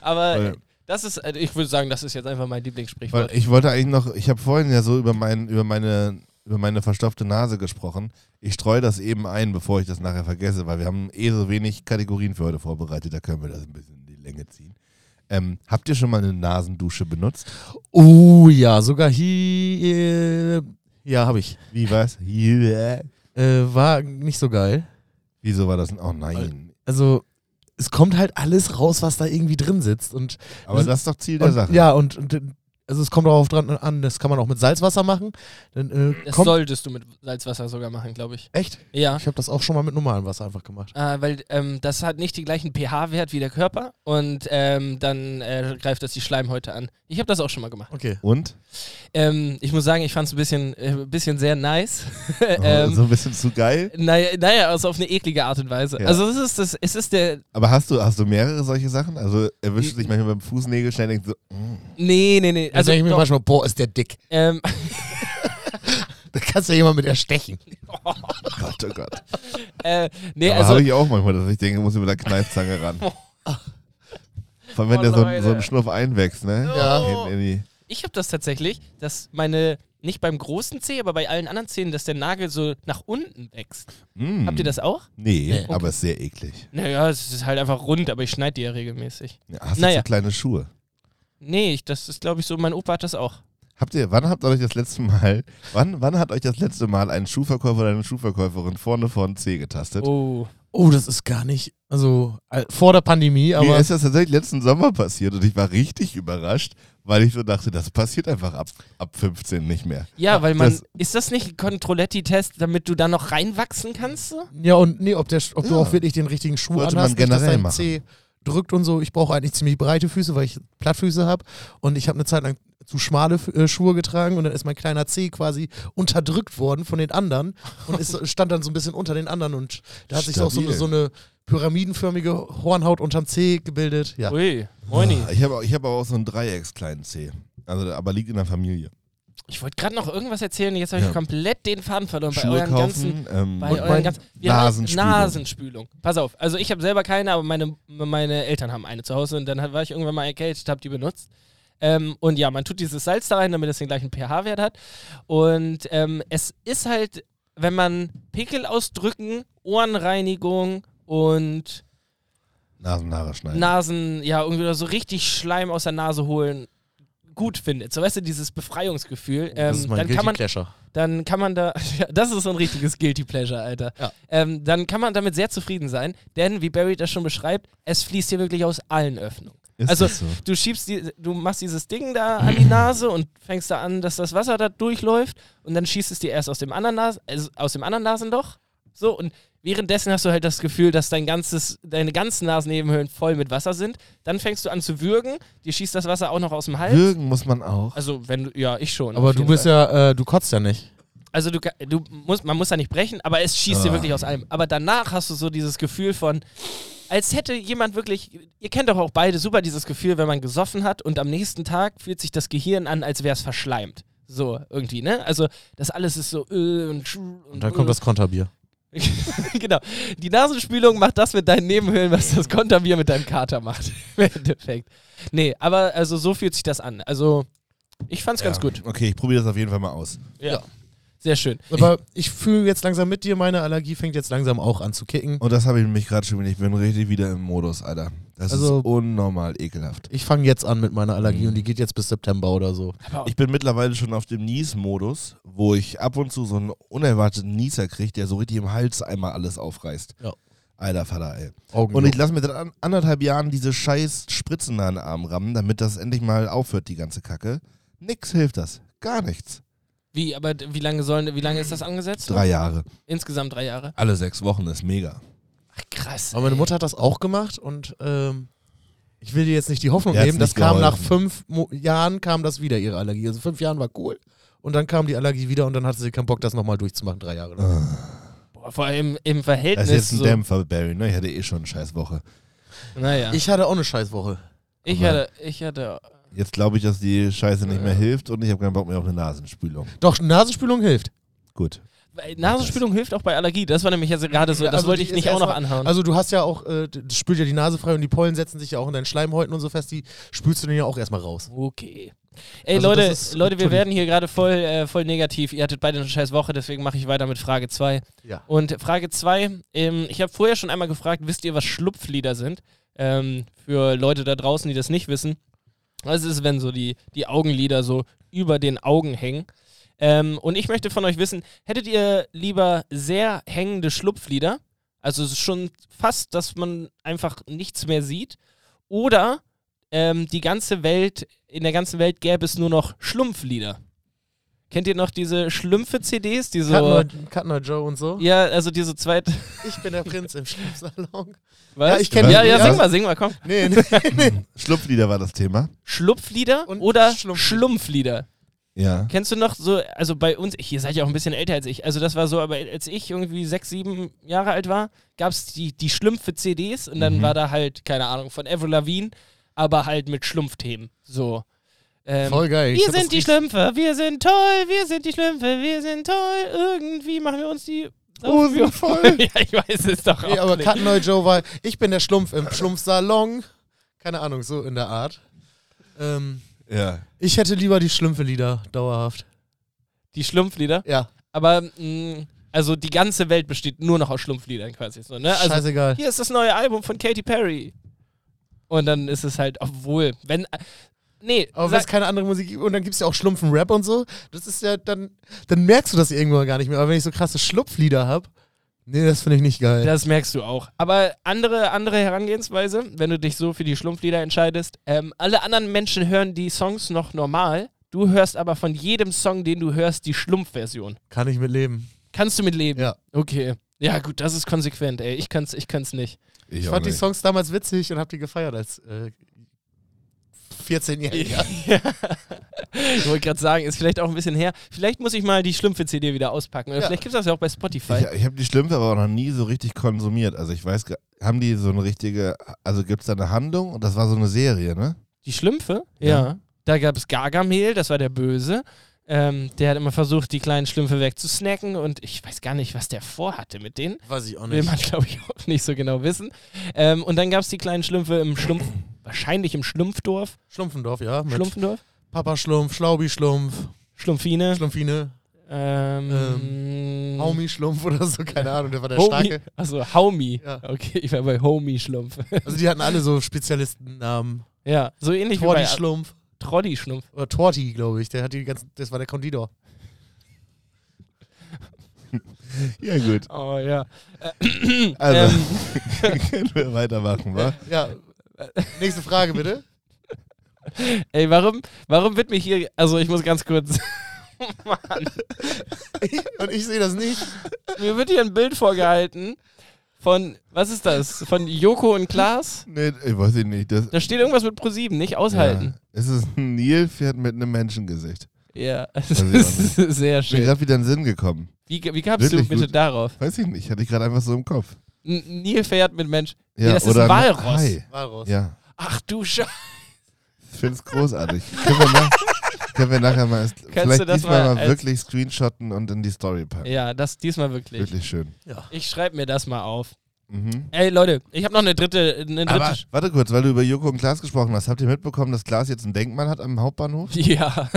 S4: Aber äh,
S3: Voll.
S4: das ist, also ich würde sagen, das ist jetzt einfach mein
S3: Weil
S4: Lieblingssprichwort.
S3: ich wollte eigentlich noch, ich habe vorhin ja so über, mein, über, meine, über meine verstopfte Nase gesprochen. Ich streue das eben ein, bevor ich das nachher vergesse, weil wir haben eh so wenig Kategorien für heute vorbereitet, da können wir das ein bisschen in die Länge ziehen. Ähm, habt ihr schon mal eine Nasendusche benutzt?
S1: Oh ja, sogar hier. Äh, ja, habe ich.
S3: Wie war's? Yeah.
S1: Äh, war nicht so geil.
S3: Wieso war das denn? Oh nein.
S1: Also, es kommt halt alles raus, was da irgendwie drin sitzt. Und
S3: Aber das ist doch Ziel der
S1: Und,
S3: Sache.
S1: Ja, und, und also es kommt darauf dran an, das kann man auch mit Salzwasser machen. Dann, äh,
S4: Das
S1: kommt,
S4: solltest du mit Salzwasser sogar machen, glaube ich.
S1: echt?
S4: Ja.
S1: Ich habe das auch schon mal mit normalem Wasser einfach gemacht.
S4: Äh, weil ähm, das hat nicht den gleichen pH-Wert wie der Körper und ähm, dann äh, greift das die Schleimhäute an. Ich habe das auch schon mal gemacht.
S1: Okay.
S3: Und?
S4: Ähm, ich muss sagen, ich fand es ein bisschen, äh, ein bisschen sehr nice.
S3: so
S4: ähm,
S3: ein bisschen zu geil.
S4: naja, naja, also auf eine eklige Art und Weise.
S3: Ja.
S4: Also es ist, das, es ist der,
S3: Aber hast du, hast du mehrere solche Sachen? Also erwischst du dich manchmal beim Fußnägel schnell und denkst so, mm.
S4: nee, nee, nee.
S1: Also
S4: Also
S1: denke ich mir
S4: doch,
S1: manchmal, boah, ist der dick.
S4: ähm,
S1: Da kannst du ja jemand mit erstechen.
S3: Gott, oh Gott.
S4: äh, nee,
S3: Aber habe
S4: also
S3: ich auch manchmal, dass ich denke, muss ich mit der Kneifzange ran. Vor allem, wenn
S4: Oh,
S3: der so,
S4: Leute.
S3: so einen Schnuff einwächst, ne?
S1: Ja.
S3: In, in die,
S4: ich habe das tatsächlich, dass meine nicht beim großen Zeh, aber bei allen anderen Zähnen, dass der Nagel so nach unten wächst.
S3: Mm.
S4: Habt ihr das auch?
S3: Nee,
S1: Nee.
S3: aber ist sehr eklig.
S4: Naja, es ist halt einfach rund, aber ich schneide die ja regelmäßig.
S3: Ja, hast du
S4: Naja.
S3: so kleine Schuhe?
S4: Nee, ich, das ist, glaube ich, so, mein Opa hat das auch.
S3: Habt ihr, wann habt ihr euch das letzte Mal, wann, wann hat euch das letzte Mal ein Schuhverkäufer oder eine Schuhverkäuferin vorne vor den Zeh getastet?
S4: Oh.
S1: Oh, das ist gar nicht. Also äh, vor der Pandemie,
S3: Mir
S1: aber
S3: ist das tatsächlich letzten Sommer passiert und ich war richtig überrascht, weil ich so dachte, das passiert einfach ab, ab 15 nicht mehr.
S4: Ja, weil man.
S3: das-
S4: ist das nicht ein Controletti-Test, damit du da noch reinwachsen kannst? so?
S1: ja und nee, ob, der, Sch- ob du
S3: Ja.
S1: auch wirklich den richtigen Schuh
S3: Sollte man
S1: anhast, nicht, dass
S3: generell
S1: dein
S3: machen.
S1: Zeh drückt und so. Ich brauche eigentlich ziemlich breite Füße, weil ich Plattfüße habe und ich habe eine Zeit lang zu schmale F- äh, Schuhe getragen und dann ist mein kleiner Zeh quasi unterdrückt worden von den anderen und ist, stand dann so ein bisschen unter den anderen und da hat sich auch so eine,
S3: Stabil.
S1: so eine pyramidenförmige Hornhaut unterm Zeh gebildet. Ja.
S4: Ui, ähm, moini.
S3: Ich habe auch- ich habe auch so einen Dreiecks-kleinen Zeh. Also, aber liegt in der Familie.
S4: Ich wollte gerade noch irgendwas erzählen, jetzt habe ich
S3: Ja.
S4: komplett den Faden verloren bei
S3: Schuhe
S4: euren ganzen.
S3: kaufen. Ähm,
S4: Bei
S1: Und
S4: euren
S1: mein
S4: ganzen wir haben-
S3: Nasenspülung.
S4: Nasenspülung. Pass auf, also ich habe selber keine, aber meine, meine Eltern haben eine zu Hause und dann hat- war ich irgendwann mal erkältet, habe die benutzt. Ähm, und ja, man tut dieses Salz da rein, damit es den gleichen pH-Wert hat. Und ähm, es ist halt, wenn man Pickel ausdrücken, Ohrenreinigung und
S3: Nasenhaare schneiden.
S4: Nasen, ja, irgendwie oder so richtig Schleim aus der Nase holen, gut findet. So, weißt du, dieses Befreiungsgefühl. Ähm, dann kann man
S1: Clasher.
S4: dann kann man da, ja, das ist so ein richtiges Guilty Pleasure, Alter.
S1: Ja.
S4: Ähm, dann kann man damit sehr zufrieden sein, denn wie Barry das schon beschreibt, es fließt hier wirklich aus allen Öffnungen.
S3: Ist
S4: also
S3: das so?
S4: du schiebst die, du machst dieses Ding da an die Nase und fängst da an, dass das Wasser da durchläuft und dann schießt es dir erst aus dem anderen Nas also aus dem anderen Nasenloch. So und währenddessen hast du halt das Gefühl, dass dein ganzes, deine ganzen Nasennebenhöhlen voll mit Wasser sind. Dann fängst du an zu würgen, dir schießt das Wasser auch noch aus dem Hals.
S3: Würgen muss man auch.
S4: also wenn du, ja, ich schon.
S1: Aber
S4: auf
S1: du
S4: jeden
S1: bist
S4: Fall.
S1: ja, äh, du kotzt ja nicht.
S4: Also du, ka- du musst, man muss da nicht brechen, aber es schießt dir
S3: Ah.
S4: wirklich aus allem. Aber danach hast du so dieses Gefühl von, als hätte jemand wirklich, ihr kennt doch auch beide super dieses Gefühl, wenn man gesoffen hat und am nächsten Tag fühlt sich das Gehirn an, als wäre es verschleimt. So, irgendwie, ne? Also das alles ist so äh, und, schuh
S1: Und dann kommt das Konterbier.
S4: genau. Die Nasenspülung macht das mit deinen Nebenhöhlen, was das Konterbier mit deinem Kater macht. Im Endeffekt. Nee, aber also so fühlt sich das an. Also ich fand's ganz
S3: Ja.
S4: gut.
S3: Okay, ich probiere das auf jeden Fall mal aus.
S4: Ja. Sehr schön.
S1: Aber ich fühle jetzt langsam mit dir, meine Allergie fängt jetzt langsam auch an zu kicken.
S3: Und das habe ich mich gerade schon wieder. Ich bin richtig wieder im Modus, Alter. Das
S1: Also-
S3: ist unnormal ekelhaft.
S1: Ich fange jetzt an mit meiner Allergie
S3: Mhm.
S1: und die geht jetzt bis September oder so.
S3: Ich bin mittlerweile schon auf dem Nies-Modus, wo ich ab und zu so einen unerwarteten Nieser kriege, der so richtig im Hals einmal alles aufreißt.
S1: Ja.
S3: Alter Vater, ey.
S1: Augen
S3: Und ich lasse mir seit an- anderthalb Jahren diese scheiß Spritzen an den Arm rammen, damit das endlich mal aufhört, die ganze Kacke. Nix hilft das. Gar nichts.
S4: Wie, aber d- wie lange sollen, wie lange ist das angesetzt?
S3: Drei Jahre.
S4: Insgesamt drei Jahre.
S3: Alle sechs Wochen ist mega.
S4: Ach, krass.
S1: Aber meine
S4: ey.
S1: Mutter hat das auch gemacht und ähm, ich will dir jetzt nicht die Hoffnung
S3: Der hat's
S1: nehmen, das
S3: nicht
S1: kam nach
S3: geholfen.
S1: fünf Mo Jahren kam das wieder, ihre Allergie. Also fünf Jahren war cool und dann kam die Allergie wieder und dann hatte sie keinen Bock, das nochmal durchzumachen, drei Jahre lang.
S4: Boah, vor allem im
S3: Das
S4: Verhältnis.
S3: ist jetzt ein
S4: so,
S3: Dämpfer, Barry, ne? Ich hatte eh schon eine scheiß Woche.
S4: Naja. Ich,
S1: Ich hatte auch eine Scheißwoche. Oh
S4: hatte, ich hatte.
S3: Jetzt glaube ich, dass die Scheiße nicht mehr hilft und ich habe keinen Bock mehr auf eine Nasenspülung.
S1: Doch, Nasenspülung hilft.
S3: Gut.
S4: weil Nasenspülung hilft auch bei Allergie. Das war nämlich jetzt gerade so, das
S1: Oh, Also
S4: wollte
S1: die
S4: ich
S1: ist
S4: nicht auch noch
S1: erstmal-
S4: anhauen.
S1: Also du hast ja auch, äh, d- das spült ja die Nase frei und die Pollen setzen sich ja auch in deinen Schleimhäuten und so fest, die spülst du dann ja auch erstmal raus.
S4: okay. Ey
S1: Also
S4: Leute,
S1: das ist-
S4: Leute, wir
S1: Entschuldigung.
S4: werden hier gerade voll, äh, voll negativ. Ihr hattet beide eine scheiß Woche, deswegen mache ich weiter mit Frage 2.
S1: Ja.
S4: Und Frage 2, ähm, ich habe vorher schon einmal gefragt, wisst ihr, was Schlupflieder sind? Ähm, für Leute da draußen, die das nicht wissen. Was ist, wenn so die, die Augenlider so über den Augen hängen? Ähm, und ich möchte von euch wissen, hättet ihr lieber sehr hängende Schlupflider? Also es ist schon fast, dass man einfach nichts mehr sieht. Oder ähm, die ganze Welt, in der ganzen Welt gäbe es nur noch Schlumpflieder. Kennt ihr noch diese Schlümpfe-CDs, die so.
S1: Cutner, Cutner Joe und so.
S4: Ja, also diese zweite.
S1: Ich bin der Prinz im Schlafsalon.
S4: Was?
S1: Ja, ich kenn
S4: ja,
S1: die.
S4: ja,
S1: Ja.
S4: sing mal, sing mal, komm.
S1: Nee, nee, nee.
S3: Schlupflieder war das Thema.
S4: Schlupflieder
S1: Und
S4: oder
S1: Schlumpflieder.
S4: Schlumpflieder.
S3: Ja.
S4: Kennst du noch so, also bei uns, hier seid ihr auch ein bisschen älter als ich, also das war so, aber als ich irgendwie sechs, sieben Jahre alt war, gab es die, die Schlümpfe-CDs und dann war da halt, keine Ahnung, von Avril Lavigne, aber halt mit Schlumpfthemen. So. Ähm,
S1: Voll geil. Ich
S4: wir
S1: hab das
S4: sind die
S1: richtig-
S4: Schlümpfe, wir sind toll, wir sind die Schlümpfe, wir sind toll, irgendwie machen wir uns die...
S3: Hosen voll.
S4: ja, ich weiß es doch
S1: Nee,
S4: auch
S1: aber
S4: nicht.
S1: Cutner Joe war, ich bin der Schlumpf im Schlumpfsalon. Keine Ahnung, so in der Art. Ähm,
S3: Ja.
S1: ich hätte lieber die Schlümpfe-Lieder dauerhaft.
S4: Die Schlumpflieder.
S1: Ja,
S4: Aber mh, also die ganze Welt besteht nur noch aus Schlumpfliedern quasi. So, ne? Also
S1: scheißegal.
S4: hier ist das neue Album von Katy Perry. Und dann ist es halt, obwohl, wenn. Nee,
S1: Aber wenn es
S4: sag,
S1: keine andere Musik gibt, und dann gibt es ja auch Schlumpfen Rap und so, das ist ja dann, dann merkst du das irgendwann gar nicht mehr. Aber wenn ich so krasse Schlupflieder hab, nee, das finde ich nicht geil.
S4: das merkst du auch. Aber andere, andere Herangehensweise, wenn du dich so für die Schlumpflieder entscheidest, ähm, alle anderen Menschen hören die Songs noch normal. Du hörst aber von jedem Song, den du hörst, die Schlumpfversion.
S1: Kann ich mit leben.
S4: Kannst du mit leben?
S1: Ja.
S4: Okay. Ja, gut, das ist konsequent, ey. Ich kann's, ich kann's nicht.
S1: Ich
S3: auch
S1: fand die
S3: nicht.
S1: Songs damals witzig und hab die gefeiert als äh, 14-Jähriger.
S4: Ja. ich wollte gerade sagen, ist vielleicht auch ein bisschen her. Vielleicht muss ich mal die Schlümpfe-CD wieder auspacken. Oder
S1: Ja.
S4: vielleicht gibt es das ja auch bei Spotify.
S3: Ich, ich habe die Schlümpfe aber auch noch nie so richtig konsumiert. Also ich weiß, gar- haben die so eine richtige, also gibt es da eine Handlung? Und das war so eine Serie, ne?
S4: Die Schlümpfe? Ja.
S3: Ja.
S4: Da gab es Gargamel, das war der Böse. Ähm, der hat immer versucht, die kleinen Schlümpfe wegzusnacken und ich weiß gar nicht, was der vorhatte mit denen.
S1: Weiß ich auch
S4: Will man, glaube ich, auch nicht so genau wissen. Ähm, und dann gab es die kleinen Schlümpfe im Schlumpf, wahrscheinlich im Schlumpfdorf.
S1: Schlumpfendorf, ja. Mit
S4: Schlumpfendorf?
S1: Papa Schlumpf, Schlaubi Schlumpf,
S4: Schlumpfine.
S1: Schlumpfine,
S4: ähm,
S1: Haumi Schlumpf oder so, keine Ahnung, der war der
S4: Homie.
S1: Starke.
S4: Also Haumi.
S1: Ja.
S4: Okay, ich war bei Homie Schlumpf.
S1: Also die hatten alle so Spezialistennamen.
S4: Ja, so ähnlich wie
S1: Tordi
S4: bei
S1: Schlumpf
S4: Trolli Schlumpf.
S1: oder Torti, glaube ich. Der hat die ganzen, das war der Konditor.
S3: Ja, gut.
S4: Oh ja.
S3: Also,
S4: Ähm.
S3: können wir weitermachen, wa?
S1: Ja. Nächste Frage bitte.
S4: Ey, warum, warum wird mich hier. Also, ich muss ganz kurz. Mann,
S1: Und ich sehe das nicht.
S4: mir wird hier ein Bild vorgehalten von. Was ist das? Von Joko und Klaas?
S3: Nee, ich weiß ich nicht. Das,
S4: Da steht irgendwas mit ProSieben, nicht aushalten.
S3: Ja. Es ist ein Nilpferd mit einem Menschengesicht.
S4: Ja, es
S3: ich auch
S4: ist sehr
S3: Ist mir
S4: schön.
S3: gerade wieder in den Sinn gekommen.
S4: Wie, wie kamst du
S3: Wirklich
S4: bitte
S3: gut.
S4: darauf?
S3: Weiß ich nicht, hatte ich gerade einfach so im Kopf.
S4: Ein Nilpferd mit Mensch.
S3: Ja,
S4: nee, das ist
S3: oder
S4: ein
S3: ein
S4: Walross.
S3: Hai.
S1: War raus.
S3: Ja,
S4: Ach du Scheiße.
S3: ich finde es großartig. können, wir nach, können wir nachher mal, vielleicht
S4: du das
S3: diesmal
S4: mal
S3: mal,
S4: als-
S3: wirklich screenshotten und in die Story packen.
S4: Ja, das diesmal wirklich.
S3: Wirklich schön.
S4: Ich schreibe mir das mal auf.
S3: Mhm.
S4: Ey, Leute, ich habe noch eine dritte. Eine dritte
S3: Aber warte kurz, weil du über Joko und Klaas gesprochen hast. Habt ihr mitbekommen, dass Klaas jetzt ein Denkmal hat am Hauptbahnhof?
S4: ja.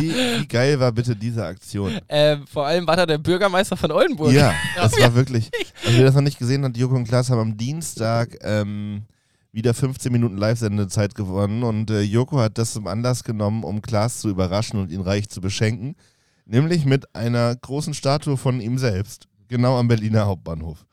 S3: Wie, wie geil war bitte diese Aktion?
S4: Ähm, vor allem war da der Bürgermeister von Oldenburg.
S3: Ja, das war wirklich. Also wer das noch nicht gesehen hat, Joko und Klaas haben am Dienstag ähm, wieder 15 Minuten Live-Sendezeit gewonnen und äh, Joko hat das zum Anlass genommen, um Klaas zu überraschen und ihn reich zu beschenken, nämlich mit einer großen Statue von ihm selbst, genau am Berliner Hauptbahnhof.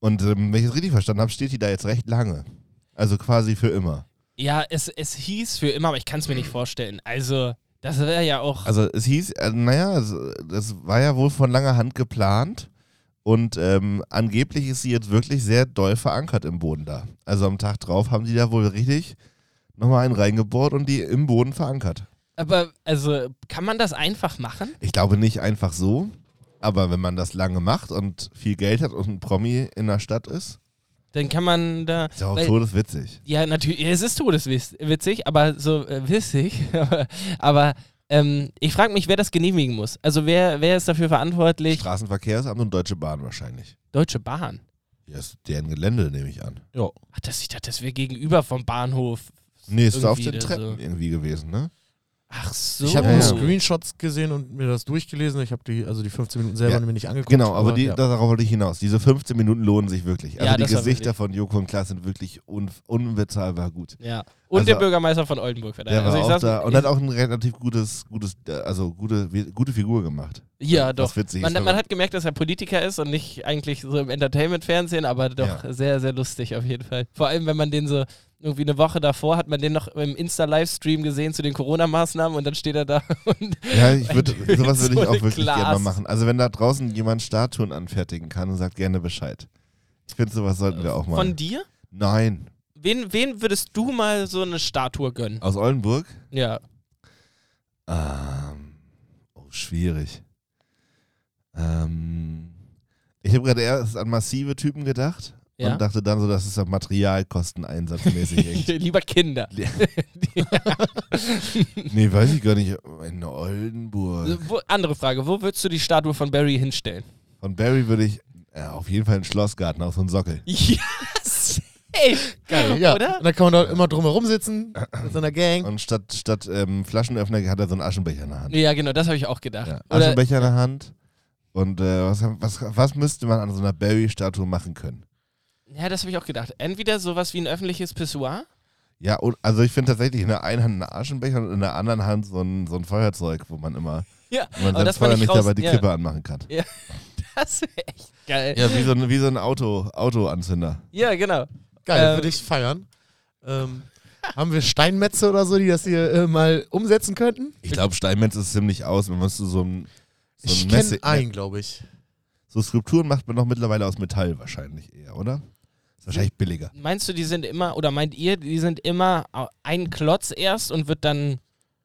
S3: Und ähm, wenn ich es richtig verstanden habe, steht die da jetzt recht lange. Also quasi für immer.
S4: Ja, es, es hieß für immer, aber ich kann es mir nicht vorstellen. Also, das wäre ja auch.
S3: Also es hieß, äh, naja, es- das war ja wohl von langer Hand geplant und ähm, angeblich ist sie jetzt wirklich sehr doll verankert im Boden da. Also am Tag drauf haben die da wohl richtig nochmal einen reingebohrt und die im Boden verankert.
S4: Aber, also, kann man das einfach machen?
S3: Ich glaube nicht einfach so, aber wenn man das lange macht und viel Geld hat und ein Promi in der Stadt ist,
S4: Dann kann man da.
S3: ist ja auch
S4: weil-
S3: todeswitzig.
S4: Ja, natürlich, ja, es ist todeswitzig, aber so äh, witzig. aber aber ähm, ich frage mich, wer das genehmigen muss. Also, wer, wer ist dafür verantwortlich?
S3: Straßenverkehrsamt und Deutsche Bahn wahrscheinlich.
S4: Deutsche Bahn.
S3: Ja, ist deren Gelände, nehme ich an.
S4: Ach, das, ich dachte, das wäre gegenüber vom Bahnhof.
S3: Nee, ist da auf
S4: Irgendwie
S3: den
S4: da
S3: Treppen
S4: so.
S3: irgendwie gewesen, ne?
S4: Ach so.
S1: Ich habe
S3: Ja,
S1: nur
S3: ja.
S1: Screenshots gesehen und mir das durchgelesen. Ich habe die, also die 15 Minuten selber
S3: Ja.
S1: mir nicht angeguckt.
S3: Genau, aber die,
S1: ja.
S3: darauf wollte ich hinaus. Diese 15 Minuten lohnen sich wirklich. Also
S4: Ja,
S3: die
S4: das war
S3: Gesichter
S4: wirklich-
S3: von Joko und Klaas sind wirklich un unbezahlbar gut.
S4: Ja. Und
S3: Also-
S4: der Bürgermeister von Oldenburg war da.
S3: Der
S4: also
S3: war
S4: ich
S3: auch
S4: saß-
S3: da und hat auch ein relativ gutes, gutes, äh, also gute, wie- gute Figur gemacht.
S4: Ja,
S3: Was
S4: doch.
S3: witzig
S4: man,
S3: ist, wenn
S4: man
S3: man-
S4: hat gemerkt, dass er Politiker ist und nicht eigentlich so im Entertainment-Fernsehen, aber doch sehr, sehr lustig auf jeden Fall. Vor allem, wenn man den so irgendwie eine Woche davor hat man den noch im Insta-Livestream gesehen zu den Corona-Maßnahmen und dann steht er da und
S3: Ja, ich würd,
S4: Ein Typ
S3: sowas würde ich
S4: ohne
S3: auch wirklich gerne mal
S4: Glas.
S3: machen. Also wenn da draußen jemand Statuen anfertigen kann, sagt gerne Bescheid. Ich finde, sowas sollten wir auch mal.
S4: Äh, von dir?
S3: Nein,
S4: Wen, wen würdest du mal so eine Statue gönnen?
S3: aus Oldenburg.
S4: Ja.
S3: Ähm, oh, schwierig. Ähm, ich habe gerade erst an massive Typen gedacht
S4: Ja.
S3: und dachte dann so, das ist ja Materialkosteneinsatzmäßig. irgendwie.
S4: Lieber Kinder.
S3: nee, weiß ich gar nicht. In Oldenburg.
S4: Wo, andere Frage, wo würdest du die Statue von Barry hinstellen?
S3: Von Barry würde ich ja, auf jeden Fall einen Schlossgarten auf so einen Sockel.
S4: Yes! Ey,
S1: Geil, ja.
S4: Oder?
S1: Und dann kann man dort immer drumherum sitzen mit seiner Gang.
S3: Und statt, statt ähm, Flaschenöffner hat er so einen Aschenbecher in der Hand.
S4: ja, genau, das habe ich auch gedacht.
S3: Ja. Also
S4: Oder
S3: Aschenbecher in der Hand. Und äh, was, was, was müsste man an so einer Barry-Statue machen können?
S4: Ja, das habe ich auch gedacht. Entweder sowas wie ein öffentliches Pissoir.
S3: Ja, und, also ich finde tatsächlich in der einen Hand einen Aschenbecher und in der anderen Hand so ein, so ein Feuerzeug, wo man immer,
S4: Ja,
S3: wo man
S4: aber
S3: sein
S4: das war
S3: Feuer
S4: nicht
S3: nicht
S4: raus.
S3: dabei die
S4: ja.
S3: Kippe anmachen kann.
S4: Das wäre echt geil. Ja,
S3: Ja, wie so ein, wie so ein Auto, Autoanzünder.
S4: genau.
S1: Geil,
S4: Ähm.
S1: würde ich feiern. Ähm, haben wir Steinmetze oder so, die das hier äh, mal umsetzen könnten?
S3: Ich glaube, Steinmetz ist ziemlich aus. Man müsste so ein, so
S1: ich
S3: ein
S1: kenne
S3: Messi-
S1: einen, glaube ich.
S3: So Skulpturen macht man doch mittlerweile aus Metall wahrscheinlich eher, oder? Ist wahrscheinlich billiger.
S4: Meinst du, die sind immer, oder meint ihr, die sind immer au- ein Klotz erst und wird dann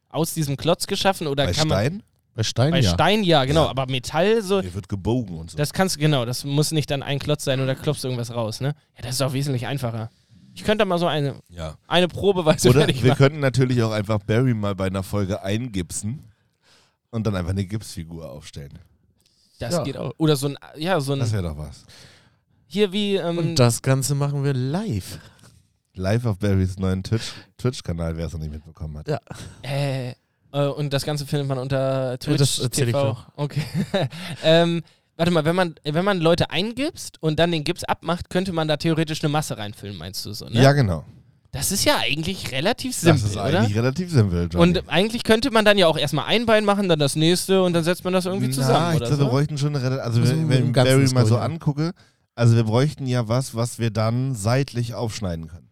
S4: aus diesem Klotz geschaffen? Oder
S3: Bei
S4: kann man.
S3: Stein,
S1: Bei Stein,
S4: Bei
S1: ja.
S4: Stein ja, genau,
S3: Ja.
S4: aber Metall so.
S3: der wird gebogen und so.
S4: Das kannst du, genau, das muss nicht dann ein Klotz sein oder klopfst irgendwas raus, ne? Ja, das ist auch wesentlich einfacher. Ich könnte da mal so eine,
S3: ja.
S4: eine Probeweise
S3: Oder
S4: fertig
S3: wir
S4: machen.
S3: könnten natürlich auch einfach Barry mal bei einer Folge eingipsen und dann einfach eine Gipsfigur aufstellen.
S4: Das
S1: Ja.
S4: geht auch. Oder so ein, ja, so
S3: Das
S4: ein,
S3: wäre doch was.
S4: hier wie, ähm,
S1: Und das Ganze machen wir live.
S3: Live auf Barrys neuen Twitch- Twitch-Kanal, wer es noch nicht mitbekommen hat.
S1: Ja.
S4: Äh, äh, und das Ganze findet man unter Twitch.
S1: das erzähl ich
S4: TV.
S1: noch.
S4: Okay. ähm, warte mal, wenn man, wenn man Leute eingibst und dann den Gips abmacht, könnte man da theoretisch eine Masse reinfüllen, meinst du so? Ne?
S3: Ja, genau.
S4: Das ist ja eigentlich relativ simpel,
S3: das ist
S4: oder?
S3: eigentlich relativ simpel. Johnny.
S4: Und eigentlich könnte man dann ja auch erstmal ein Bein machen, dann das nächste und dann setzt man das irgendwie
S3: Na,
S4: zusammen.
S3: ich
S4: oder
S3: glaube, wir
S4: so.
S3: bräuchten schon eine relativ. Also,
S1: Also
S3: wenn,
S1: im
S3: wenn ich
S1: Ganzen
S3: Barry
S1: ist,
S3: mal
S1: glaub
S3: so
S1: ich, ja.
S3: angucke, also wir bräuchten ja was, was wir dann seitlich aufschneiden können.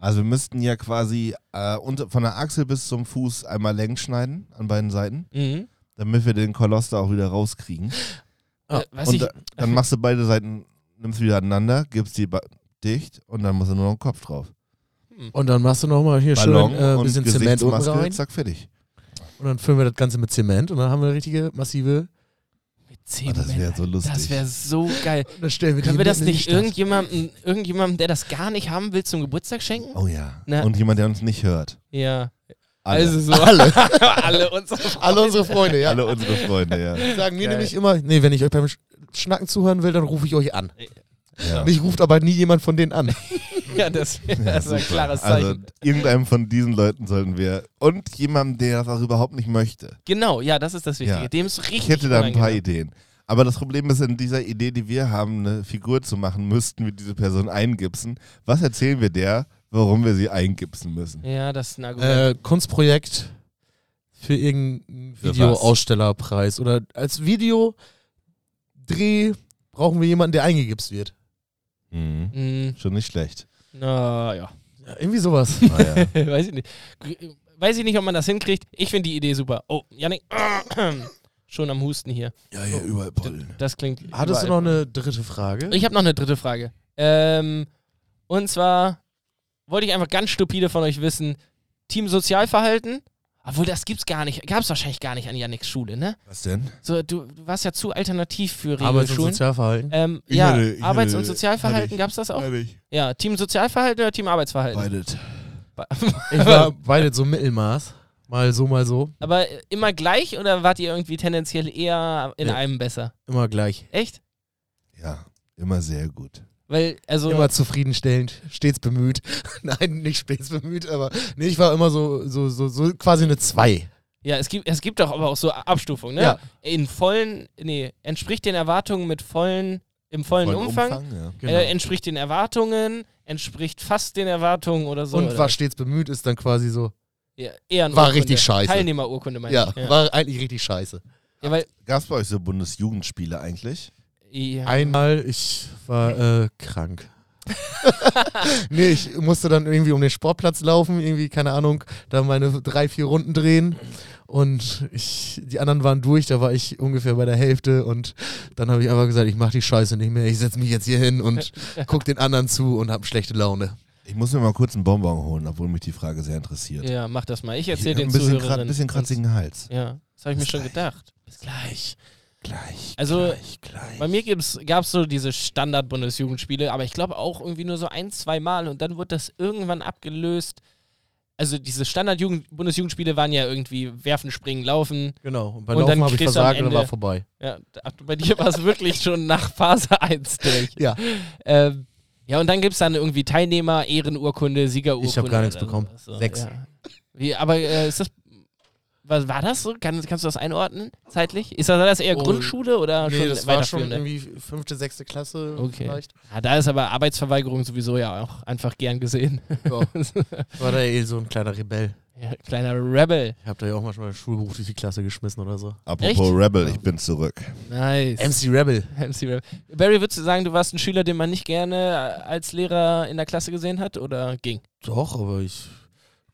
S3: Also, wir müssten ja quasi äh, unter, von der Achsel bis zum Fuß einmal längs schneiden an beiden Seiten,
S4: Mhm.
S3: damit wir den Koloss da auch wieder rauskriegen.
S4: Äh,
S3: Ah,
S4: weiß
S3: und
S4: ich,
S3: da, dann machst du beide Seiten, nimmst wieder aneinander, gibst die ba- dicht und dann muss er nur noch ein Kopf drauf.
S4: Mhm.
S1: Und dann machst du nochmal hier
S3: Ballon
S1: schön äh, ein
S3: und
S1: bisschen Zement unten
S3: Gesichtsmaske,
S1: rein.
S3: zack, fertig.
S1: Und dann füllen wir das Ganze mit Zement und dann haben wir eine richtige massive.
S4: mit
S3: Oh,
S4: zehn
S3: das wäre
S4: Männern.
S3: so lustig.
S4: das wäre so geil.
S1: Und dann stellen wir
S4: Können
S1: die
S4: wir das
S1: mitten in die
S4: nicht
S1: Stadt.
S4: irgendjemandem, irgendjemandem, der das gar nicht haben will, zum Geburtstag schenken?
S3: oh ja.
S4: Na.
S3: Und jemand, der uns nicht hört.
S4: Ja.
S3: Alle.
S4: Ne? Also so alle. alle unsere Freunde.
S1: Alle unsere Freunde, ja.
S3: Alle unsere Freunde, ja.
S1: Die sagen mir nämlich immer, nee, wenn ich euch beim Sch- Schnacken zuhören will, dann rufe ich euch an.
S3: ja.
S1: Mich ruft aber nie jemand von denen an.
S4: Ja, das, das ist ein
S3: super.
S4: klares Zeichen.
S3: Also irgendeinem von diesen Leuten sollten wir und jemandem, der das auch überhaupt nicht möchte.
S4: genau, ja, das ist das Wichtige.
S3: Ja.
S4: Dem ist richtig
S3: Ich hätte da ein paar
S4: unangenehm.
S3: Ideen. Aber das Problem ist, in dieser Idee, die wir haben, eine Figur zu machen, müssten wir diese Person eingipsen. Was erzählen wir der, warum wir sie eingipsen müssen?
S4: Ja, das ist ein Argument.
S1: äh, Kunstprojekt für irgendeinen
S3: Für was?
S1: Videoausstellerpreis oder als Videodreh brauchen wir jemanden, der eingegipst wird.
S3: Mhm.
S4: Hm,
S3: Schon nicht schlecht.
S4: na ja,
S1: Ja, irgendwie sowas.
S4: Oh
S3: Naja.
S4: weiß ich nicht. G- Weiß ich nicht, ob man das hinkriegt. Ich finde die Idee super. Oh, Janik, schon am Husten hier.
S3: ja, ja, überall Pollen.
S4: Das klingt.
S1: Hattest du
S4: überall.
S1: noch eine dritte Frage?
S4: Ich habe noch eine dritte Frage. Ähm, und zwar wollte ich einfach ganz stupide von euch wissen: Team Sozialverhalten? Obwohl, das gibt's gar nicht. Gab's wahrscheinlich gar nicht an Janiks Schule, ne?
S3: Was denn?
S4: So, du, du warst ja zu alternativ für
S1: Arbeits- und
S4: Regelschulen.
S1: Sozialverhalten.
S4: Ähm,
S3: Ich
S4: ja,
S3: hatte- ich
S4: Arbeits-
S3: hatte-
S4: und
S3: hatte
S4: Sozialverhalten,
S3: ich.
S4: gab es das auch?
S3: Ehrlich.
S4: Ja, Team Sozialverhalten oder Team Arbeitsverhalten?
S3: Beides.
S1: Ich war beide so Mittelmaß. Mal so, mal so.
S4: Aber äh, immer gleich oder wart ihr irgendwie tendenziell eher in
S1: Nee.
S4: einem besser?
S1: Immer gleich.
S4: Echt?
S3: Ja, immer sehr gut.
S4: Weil, also,
S1: Immer zufriedenstellend, stets bemüht. Nein, nicht stets bemüht, aber nee, ich war immer so, so, so, so quasi eine 2.
S4: ja, es gibt, es gibt doch aber auch so Abstufungen, ne?
S1: Ja.
S4: In vollen, nee, entspricht den Erwartungen mit vollen, im vollen
S3: Vollen
S4: Umfang,
S3: ja.
S1: genau.
S4: äh, entspricht den Erwartungen, entspricht fast den Erwartungen oder so.
S1: und
S4: oder?
S1: war stets bemüht, ist dann quasi so.
S4: ja, Ehren
S1: war richtig scheiße.
S4: Teilnehmerurkunde, meine
S1: Ja,
S4: ich. Ja.
S1: war eigentlich richtig scheiße.
S4: ja, weil,
S3: Gab es bei euch so Bundesjugendspiele eigentlich?
S4: ja.
S1: Einmal, ich war äh, krank. nee, ich musste dann irgendwie um den Sportplatz laufen, irgendwie, keine Ahnung, da meine drei, vier Runden drehen. Und ich, die anderen waren durch, da war ich ungefähr bei der Hälfte und dann habe ich einfach gesagt, ich mache die Scheiße nicht mehr, ich setze mich jetzt hier hin und guck den anderen zu und habe schlechte Laune.
S3: Ich muss mir mal kurz einen Bonbon holen, obwohl mich die Frage sehr interessiert.
S4: ja, mach das mal.
S3: Ich
S4: Ich erzähle
S3: hab
S4: den
S3: ein bisschen,
S4: Zuhörerinnen.
S3: ein bisschen kratzigen Hals.
S4: Ja, das habe ich mir
S3: Bis
S4: schon
S3: gleich.
S4: gedacht. Bis gleich.
S3: Gleich,
S4: Also,
S3: gleich, gleich.
S4: Bei mir gab es so diese Standard-Bundesjugendspiele, aber ich glaube auch irgendwie nur so ein, zwei Mal und dann wurde das irgendwann abgelöst. Also diese Standard-Bundesjugendspiele waren ja irgendwie werfen, springen, laufen.
S1: Genau, und bei
S4: Und dann
S1: Laufen habe ich
S4: kriegst du am
S1: versagt und dann war
S4: Ende-
S1: vorbei.
S4: Ja, da- bei dir war es wirklich schon nach Phase 1 durch.
S1: Ja.
S4: Ähm, Ja, und dann gibt es dann irgendwie Teilnehmer, Ehrenurkunde, Siegerurkunde.
S1: Ich hab gar nichts
S4: oder
S1: bekommen.
S4: sowas. So,
S1: Sechs.
S4: Ja. Wie, aber äh, ist das. Was war das so? Kann, kannst du das einordnen, zeitlich? Ist das, war das eher
S1: Oh,
S4: Grundschule oder
S1: Nee,
S4: schon
S1: das war schon
S4: weiterführende?
S1: irgendwie fünfte, sechste Klasse
S4: Okay.
S1: vielleicht.
S4: ja, da ist aber Arbeitsverweigerung sowieso ja auch einfach gern gesehen.
S1: Ja. War da eh so ein kleiner Rebell.
S4: Ja, kleiner Rebel.
S1: Ich hab da ja auch manchmal Schulbuch durch die Klasse geschmissen oder so.
S3: Apropos
S4: Echt?
S3: Rebel, ich bin zurück.
S4: Nice.
S1: MC Rebel.
S4: MC Rebel. Barry, würdest du sagen, du warst ein Schüler, den man nicht gerne äh, als Lehrer in der Klasse gesehen hat oder ging?
S1: Doch, aber ich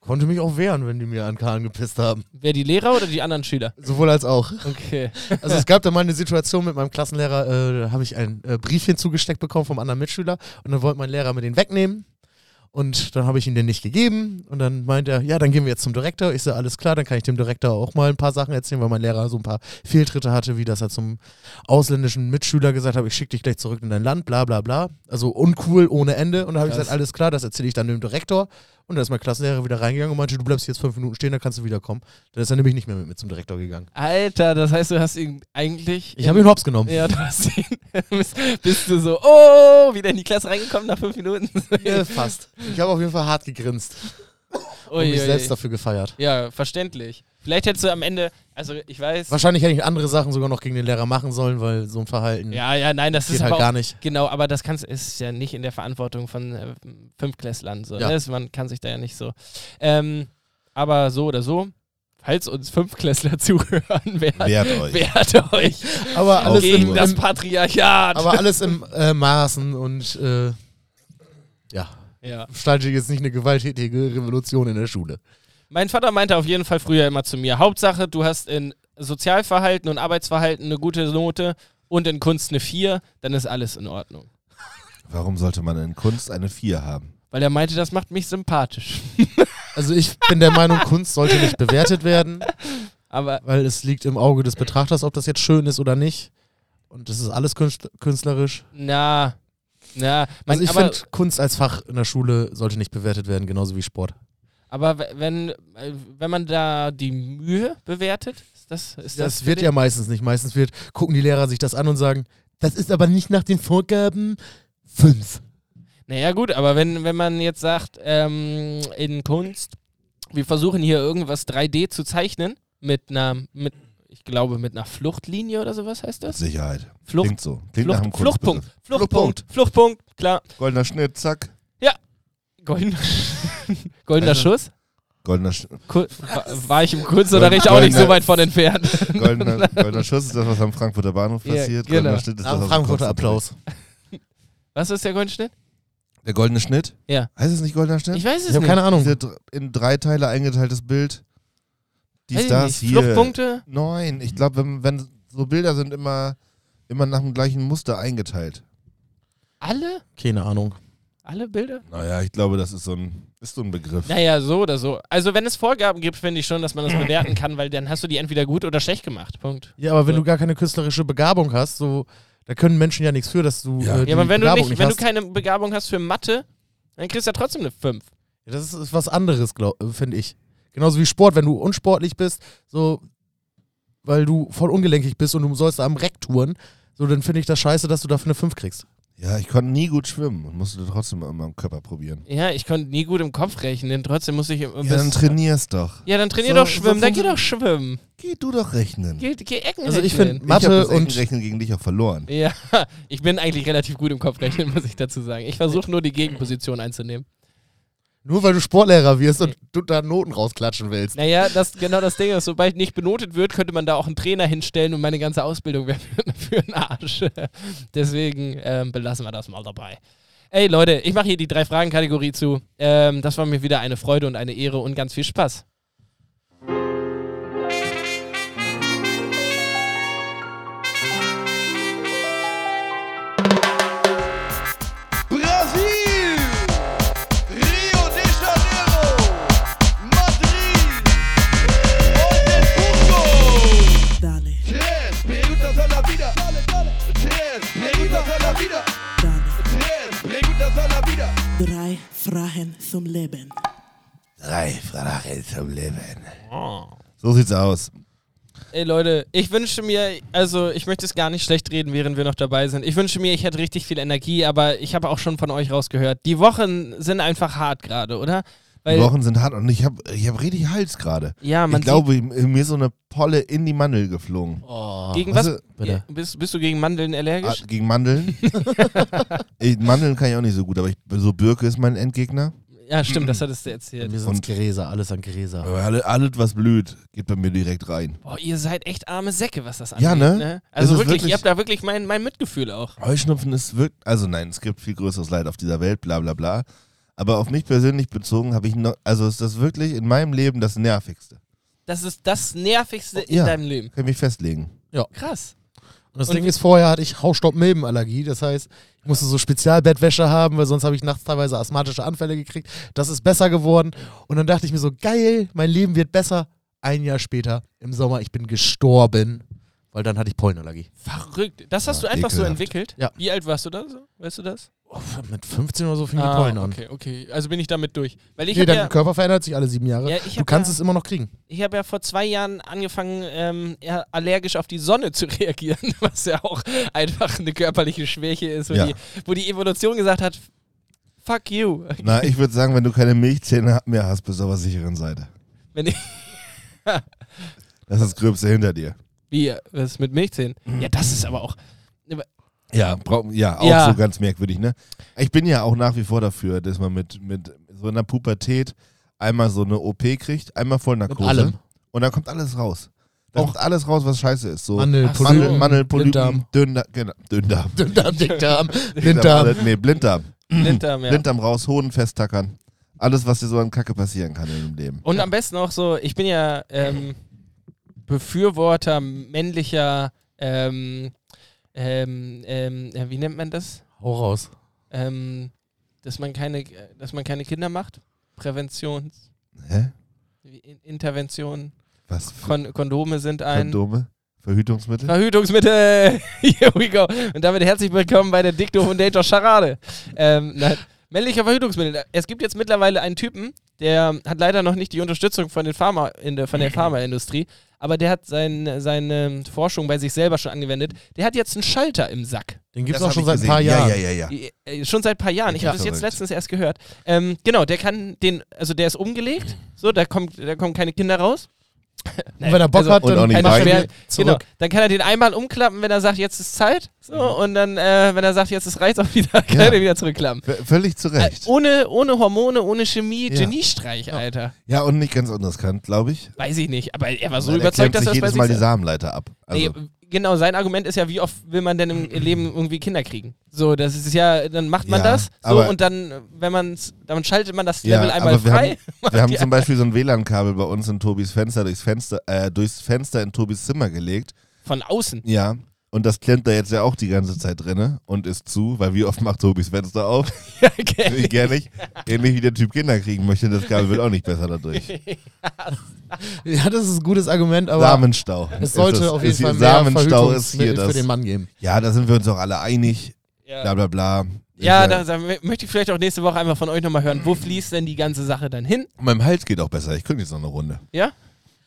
S1: konnte mich auch wehren, wenn die mir an Kahn gepisst haben.
S4: Wer die Lehrer oder die anderen Schüler?
S1: Sowohl als auch.
S4: Okay.
S1: Also es gab da mal eine Situation mit meinem Klassenlehrer, äh, da habe ich ein äh, Briefchen zugesteckt bekommen vom anderen Mitschüler und dann wollte mein Lehrer mir den wegnehmen und dann habe ich ihm den nicht gegeben und dann meint er, ja, dann gehen wir jetzt zum Direktor. Ich sage, alles klar, dann kann ich dem Direktor auch mal ein paar Sachen erzählen, weil mein Lehrer so ein paar Fehltritte hatte, wie dass er zum ausländischen Mitschüler gesagt hat, ich schicke dich gleich zurück in dein Land, bla bla bla. Also uncool ohne Ende und dann habe ich
S4: Krass.
S1: gesagt, alles klar, das erzähle ich dann dem Direktor und dann ist mein Klassenlehrer wieder reingegangen und meinte, du bleibst jetzt fünf Minuten stehen, dann kannst du wiederkommen. Dann ist er nämlich nicht mehr mit mir zum Direktor gegangen.
S4: Alter, das heißt, du hast ihn eigentlich.
S1: Ich habe ihn hops genommen.
S4: Ja, du hast ihn. bist, bist du so, oh, wieder in die Klasse reingekommen nach fünf Minuten.
S1: Ja, Äh, fast. Ich habe auf jeden Fall hart gegrinst und
S4: Ui,
S1: Um mich
S4: ui,
S1: selbst
S4: ui.
S1: dafür gefeiert.
S4: Ja, verständlich. Vielleicht hättest du am Ende, also ich weiß.
S1: Wahrscheinlich hätte ich andere Sachen sogar noch gegen den Lehrer machen sollen, weil so ein Verhalten
S4: Ja, ja, nein, das
S1: geht
S4: ist
S1: halt
S4: aber
S1: gar
S4: auch,
S1: nicht.
S4: Genau, aber das kannst, ist ja nicht in der Verantwortung von äh, Fünftklässlern. So,
S1: Ja.
S4: ne? das, man kann sich da ja nicht so. Ähm, aber so oder so, falls uns Fünftklässler zuhören, wer,
S3: Wehrt euch.
S4: wer hat euch
S1: Aber alles
S4: gegen
S1: im,
S4: das
S1: im,
S4: Patriarchat?
S1: aber alles im äh, Maßen und äh, ja,
S4: ja.
S1: gestalte jetzt nicht eine gewalttätige Revolution in der Schule.
S4: Mein Vater meinte auf jeden Fall früher immer zu mir: Hauptsache, du hast in Sozialverhalten und Arbeitsverhalten eine gute Note und in Kunst eine 4, dann ist alles in Ordnung.
S3: Warum sollte man in Kunst eine 4 haben?
S4: Weil er meinte, das macht mich sympathisch.
S1: Also ich bin der Meinung, Kunst sollte nicht bewertet werden,
S4: Aber
S1: weil es liegt im Auge des Betrachters, ob das jetzt schön ist oder nicht. Und das ist alles künst- künstlerisch.
S4: na, na, mein,
S1: Also ich
S4: aber
S1: finde, Kunst als Fach in der Schule sollte nicht bewertet werden, genauso wie Sport.
S4: Aber w- wenn, äh, wenn man da die Mühe bewertet, ist das. Ist das,
S1: Das, wird ja meistens nicht. Meistens wird, gucken die Lehrer sich das an und sagen, das ist aber nicht nach den Vorgaben fünf.
S4: Naja, gut, aber wenn, wenn man jetzt sagt, ähm, in Kunst, wir versuchen hier irgendwas 3D zu zeichnen, mit einer, mit, ich glaube, mit einer Fluchtlinie oder sowas heißt das?
S3: Sicherheit.
S4: Flucht-
S3: Klingt so. Klingt nach einem
S4: Flucht, Fluchtpunkt,
S3: Kunstbegriff.
S4: Fluchtpunkt, Fluchtpunkt, klar.
S3: Goldener Schnitt, zack.
S4: Goldener, goldener
S1: Also-
S4: Schuss?
S3: Goldener, Sch
S4: Ku wa- war ich im Kunstunterricht auch nicht so
S3: Goldener-
S4: weit von entfernt.
S3: goldener, goldener Schuss ist das, was am Frankfurter Bahnhof
S4: Ja,
S3: passiert.
S4: genau.
S3: Goldener Schnitt ist das, was am
S1: Also Frankfurter
S3: Kopf-
S1: Applaus.
S4: Was ist der Goldschnitt?
S3: Der goldene Schnitt?
S4: Ja.
S3: Heißt es nicht goldener Schnitt?
S4: Ich weiß es
S1: Ich habe
S4: nicht.
S1: keine Ahnung.
S3: Diese dr- in drei Teile eingeteiltes Bild. Dies,
S4: Weiß ich
S3: das,
S4: nicht.
S3: hier.
S4: Fluchtpunkte?
S3: Nein, ich glaube, wenn, wenn so Bilder sind immer, immer nach dem gleichen Muster eingeteilt.
S4: Alle?
S1: Keine Ahnung.
S4: Alle Bilder?
S3: Naja, ich glaube, das ist so ein, ist so ein Begriff.
S4: Naja, so oder so. Also wenn es Vorgaben gibt, finde ich schon, dass man das bewerten kann, weil dann hast du die entweder gut oder schlecht gemacht. Punkt.
S1: Ja, aber wenn
S4: So.
S1: du gar keine künstlerische Begabung hast, so, da können Menschen ja nichts für, dass du
S3: Ja.
S1: äh, die
S4: Ja, aber wenn du,
S1: Begabung
S4: nicht, wenn du
S1: hast.
S4: keine Begabung hast für Mathe, dann kriegst du ja trotzdem eine 5.
S1: Ja, das ist, ist was anderes, glaub- äh, finde ich. Genauso wie Sport, wenn du unsportlich bist, so, weil du voll ungelenkig bist und du sollst am Reck touren, so, dann finde ich das scheiße, dass du dafür eine 5 kriegst.
S3: Ja, ich konnte nie gut schwimmen und musste trotzdem immer am Körper probieren.
S4: Ja, ich konnte nie gut im Kopf rechnen, trotzdem muss ich im
S3: Ja, dann trainierst doch.
S4: ja, dann trainier
S3: So-
S4: doch Schwimmen,
S3: so
S4: dann geh
S3: funktio-
S4: doch Schwimmen.
S3: Geh du doch rechnen.
S4: Geh, geh Ecken
S1: Also ich
S4: rechnen.
S1: finde Mathe und
S3: Rechnen gegen dich auch verloren.
S4: Ja, ich bin eigentlich relativ gut im Kopfrechnen, muss ich dazu sagen. Ich versuche nur die Gegenposition einzunehmen.
S1: Nur weil du Sportlehrer wirst und du da Noten rausklatschen willst.
S4: Naja, das genau das Ding ist, sobald nicht benotet wird, könnte man da auch einen Trainer hinstellen und meine ganze Ausbildung wäre für einen Arsch. Deswegen ähm, belassen wir das mal dabei. Ey Leute, ich mache hier die drei Fragen Kategorie zu. Ähm, das war mir wieder eine Freude und eine Ehre und ganz viel Spaß.
S2: Brasil, Rio de Janeiro, Madrid, Montevideo.
S6: Dale,
S2: Tres preguntas a la vida. Tres preguntas a la vida.
S6: dale.
S2: Tres preguntas a la vida.
S6: Drei Fragen zum Leben.
S4: Oh.
S3: Drei Fragen zum Leben. So sieht's aus.
S4: Ey Leute, ich wünsche mir, also ich möchte es gar nicht schlecht reden, während wir noch dabei sind. Ich wünsche mir, ich hätte richtig viel Energie, aber ich habe auch schon von euch rausgehört. Die Wochen sind einfach hart gerade, oder?
S3: Die
S4: Weil,
S3: Wochen sind hart und ich habe ich hab richtig Hals gerade.
S4: ja, man
S3: Ich glaube, m- mir ist so eine Polle in die Mandel geflogen.
S4: sieht, gegen was?
S3: Weißt du,
S1: Bitte.
S4: Ja, Bist, bist du gegen Mandeln
S3: ah,
S4: allergisch?
S3: gegen Mandeln. ich, Mandeln kann ich auch nicht so gut, aber ich, so Birke ist mein Endgegner.
S4: Ja, stimmt, das hattest du erzählt.
S1: Wir sind
S3: Und-
S1: Gräser, alles an Gräser.
S3: Aber alle- Alles, was blüht, geht bei mir direkt rein.
S4: Boah, ihr seid echt arme Säcke, was das angeht.
S3: Ja, ne? Es
S4: Also
S3: ist
S4: wirklich,
S3: wirklich-
S4: ihr habt da wirklich mein, mein Mitgefühl auch.
S3: Heuschnupfen ist wirklich. Also nein, es gibt viel größeres Leid auf dieser Welt, bla bla bla. Aber auf mich persönlich bezogen habe ich noch. Also ist das wirklich in meinem Leben das Nervigste.
S4: Das ist das Nervigste in
S3: Oh, Ja.
S4: deinem Leben.
S3: Kann ich mich festlegen.
S4: Krass.
S1: Und das
S4: Und
S1: Ding ist, vorher hatte ich Hausstaubmilbenallergie. Das heißt, ich musste so Spezialbettwäsche haben, weil sonst habe ich nachts teilweise asthmatische Anfälle gekriegt. Das ist besser geworden. Und dann dachte ich mir so, geil, mein Leben wird besser. Ein Jahr später, im Sommer, ich bin gestorben, weil dann hatte ich Pollenallergie.
S4: Verrückt. Das hast
S3: Ja,
S4: du einfach so
S3: ekelhaft.
S4: entwickelt.
S1: Ja.
S4: Wie alt warst du da? so? Weißt du das?
S1: Uff, Oh, mit 15 oder so fing die
S4: ah,
S1: Pollen an.
S4: okay, okay. Also bin ich damit durch. Weil ich
S1: nee,
S4: habe
S1: dein
S4: ja,
S1: Körper verändert sich alle sieben Jahre.
S4: Ja, ich
S1: du
S4: hab
S1: kannst
S4: ja-
S1: es immer noch kriegen.
S4: ich hab ja vor zwei Jahren angefangen, ähm, eher allergisch auf die Sonne zu reagieren, was ja auch einfach eine körperliche Schwäche ist, wo,
S3: Ja.
S4: die, wo die Evolution gesagt hat, fuck you.
S3: Na, ich würde sagen, wenn du keine Milchzähne mehr hast, bist du auf der sicheren Seite.
S4: Wenn ich,
S3: Das ist das Gröbste hinter dir.
S4: wie, was ist mit Milchzähnen? Ja, das ist aber auch...
S3: Ja, brau- ja auch
S4: Ja.
S3: so ganz merkwürdig, ne? Ich bin ja auch nach wie vor dafür, dass man mit, mit so einer Pubertät einmal so eine OP kriegt, einmal voll Narkose.
S1: allem.
S3: Und dann kommt alles raus. Da
S1: Auch-
S3: kommt alles raus, was scheiße ist. So
S1: Mandel,
S4: Ach so.
S3: Mandel,
S1: Polypen,
S3: Mandel Polypen,
S1: Blinddarm.
S3: Dünndarm. Genau, Dünndarm.
S1: Dünndarm, Dickdarm,
S3: Blinddarm.
S1: Blinddarm.
S3: alle- Nee, Blinddarm.
S4: Blinddarm, ja.
S3: Blinddarm raus, Hoden festtackern. Alles, was dir so an Kacke passieren kann in dem Leben.
S4: Und am besten auch so, ich bin ja ähm, Befürworter männlicher, ähm, ähm, ähm, ja, wie nennt man das?
S1: Hau raus.
S4: Ähm, dass, man keine, dass man keine Kinder macht. Prävention,
S3: Hä?
S4: Intervention,
S3: Was für
S4: Kon Kondome sind ein.
S3: Kondome? Verhütungsmittel?
S4: Verhütungsmittel! Here we go. Und damit herzlich willkommen bei der Dicto von Danger Charade. Ähm, nein, männlicher Verhütungsmittel. Es gibt jetzt mittlerweile einen Typen, der hat leider noch nicht die Unterstützung von, den Pharma, in der, von der Pharmaindustrie, aber der hat sein, seine Forschung bei sich selber schon angewendet. Der hat jetzt einen Schalter im Sack.
S1: Den gibt es
S3: Das
S1: auch
S3: hab
S1: schon
S3: ich
S1: seit ein
S3: gesehen.
S1: paar Jahren.
S3: Ja, ja, ja, ja.
S4: Äh, Schon seit ein paar Jahren. Ich
S3: Ja.
S4: habe das jetzt
S3: Verrückt.
S4: letztens erst gehört. Ähm, genau, der kann den, also der ist umgelegt, so, da, kommt, da kommen keine Kinder raus.
S1: Und wenn er Bock
S4: Also-
S1: hat,
S3: Und auch
S1: dann
S3: nicht
S1: macht er
S3: rein.
S1: wieder
S4: Genau,
S1: zurück.
S4: dann kann er den einmal umklappen, wenn er sagt, jetzt ist Zeit. So, und dann, äh, wenn er sagt, jetzt ist reicht auch wieder, kann
S3: Mhm. Ja.
S4: er den wieder zurückklappen.
S3: V- Völlig zu
S4: Äh,
S1: oh.
S3: Recht.
S4: ohne, ohne Hormone, ohne Chemie,
S3: Ja.
S4: Geniestreich, Alter.
S3: Ja, und nicht ganz unkant, glaube ich.
S4: Weiß ich nicht, aber er war so
S3: Weil der
S4: überzeugt,
S3: klemmt
S4: dass
S3: sich
S4: das bei
S3: jedes
S4: sich
S3: Mal die
S4: selbst-
S3: Samenleiter ab. Also,
S4: nee, Genau, sein Argument ist ja, wie oft will man denn im Leben irgendwie Kinder kriegen? So, das ist ja, dann macht man
S3: Ja,
S4: das so
S3: aber-
S4: und dann, wenn man dann schaltet man das
S3: ja,
S4: Level einmal
S3: aber wir
S4: frei.
S3: haben, wir haben zum Beispiel so ein WLAN-Kabel bei uns in Tobis Fenster durchs Fenster, äh, durchs Fenster in Tobis Zimmer gelegt.
S4: Von außen.
S3: Ja. Und das klemmt da jetzt ja auch die ganze Zeit drinne und ist zu, weil wie oft macht Tobis Fenster auf?
S4: okay.
S3: Ich gerne nicht. Ähnlich wie der Typ Kinder kriegen möchte, das Kabel wird auch nicht besser dadurch.
S1: Ja, das ist ein gutes Argument, aber
S3: Samenstau.
S1: es
S3: ist
S1: sollte
S3: das.
S1: auf jeden
S3: Ist hier-
S1: Fall mehr
S3: Samenstau ist hier
S1: Verhütungsmittel
S3: das.
S1: für den Mann geben.
S3: Ja, da sind wir uns auch alle einig.
S4: Ja.
S3: Bla bla bla.
S4: Ja,
S3: Ich,
S4: da,
S3: äh,
S4: da möchte ich vielleicht auch nächste Woche einmal von euch nochmal hören, wo fließt denn die ganze Sache dann hin?
S3: Meinem Hals geht auch besser. Ich könnte jetzt noch eine Runde.
S4: Ja?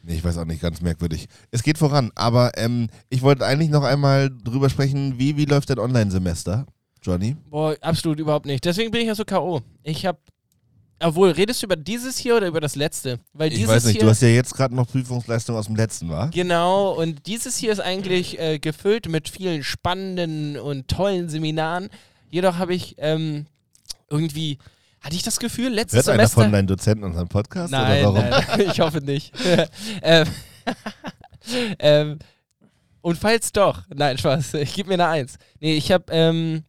S3: Nee, ich weiß auch nicht, ganz merkwürdig. Es geht voran, aber ähm, ich wollte eigentlich noch einmal drüber sprechen, wie, wie läuft dein Online-Semester, Johnny?
S4: Boah, absolut überhaupt nicht. Deswegen bin ich ja so K.O. Ich hab. Obwohl, redest du über dieses hier oder über das letzte? Weil
S3: Ich
S4: dieses
S3: weiß nicht,
S4: hier.
S3: du hast ja jetzt gerade noch Prüfungsleistung aus dem letzten, war?
S4: genau, und dieses hier ist eigentlich äh, gefüllt mit vielen spannenden und tollen Seminaren. Jedoch habe ich ähm, irgendwie. Hatte ich das Gefühl, letztes
S3: Hört einer
S4: Semester.
S3: von deinen Dozenten unseren Podcast?
S4: Nein,
S3: oder warum?
S4: nein, ich hoffe nicht. ähm, ähm, und falls doch, nein, Spaß, ich gebe mir eine Eins. Nee, ich habe ähm,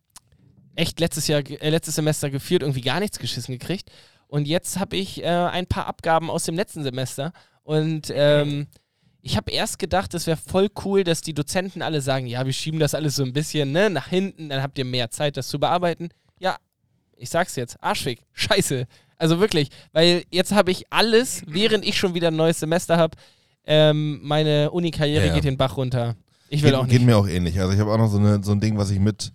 S4: echt letztes Jahr, ge- äh, letztes Semester geführt irgendwie gar nichts geschissen gekriegt. Und jetzt habe ich äh, ein paar Abgaben aus dem letzten Semester. Und ähm, ich habe erst gedacht, es wäre voll cool, dass die Dozenten alle sagen, ja, wir schieben das alles so ein bisschen ne, nach hinten, dann habt ihr mehr Zeit, das zu bearbeiten. Ja, ich sag's jetzt, arschig, scheiße. Also wirklich, weil jetzt habe ich alles, während ich schon wieder ein neues Semester habe, ähm, meine Uni-Karriere
S3: Ja.
S4: geht den Bach runter. Ich will
S3: geht,
S4: auch
S3: geht
S4: nicht.
S3: mir auch ähnlich. Also ich habe auch noch so, eine, so ein Ding, was ich mit,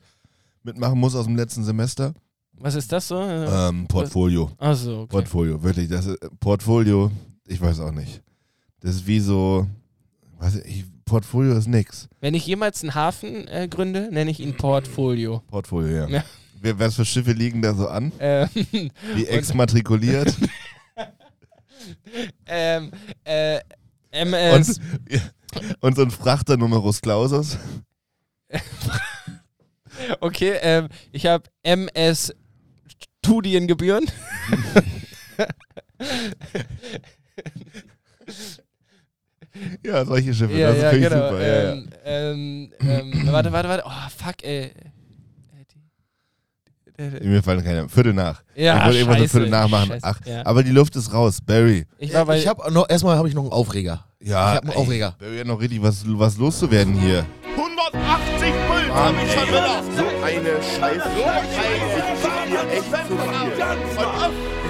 S3: mitmachen muss aus dem letzten Semester.
S4: Was ist das so?
S3: Ähm, Portfolio.
S4: Achso, okay.
S3: äh, Portfolio, wirklich. Das ist, Portfolio, ich weiß auch nicht. Das ist wie so, Weiß ich, ich- Portfolio ist nix.
S4: Wenn ich jemals einen Hafen äh, gründe, nenne ich ihn Portfolio.
S3: Portfolio, ja.
S4: Ja.
S3: Wer, was für Schiffe liegen da so an?
S4: Ähm,
S3: Die exmatrikuliert.
S4: ähm, äh, MS.
S3: und, und so ein Frachter Numerus Clausus.
S4: Okay, ähm, ich habe MS Studiengebühren.
S3: Ja, solche Schiffe. das ist natürlich super. Ja, ja.
S4: ähm, Ähm, ähm, warte, warte, warte. Oh, fuck, ey. Äh,
S3: Mir fallen keine. Viertel nach.
S4: Ja,
S3: ich wollte irgendwas um
S4: scheiße,
S3: Viertel nach machen.
S4: scheiße,
S3: Ach,
S4: ja.
S3: aber die Luft ist raus. Barry.
S4: Ich war bei.
S1: ich hab noch, erstmal habe ich noch einen Aufreger.
S3: Ja.
S1: Ich hab einen
S3: ey,
S1: Aufreger.
S3: Barry hat noch richtig was, was loszuwerden hier.
S7: 180 Pulver
S3: Mann,
S7: mit
S3: ey.
S7: Vanilla.
S5: So eine Scheiße. So eine Echt zu viel.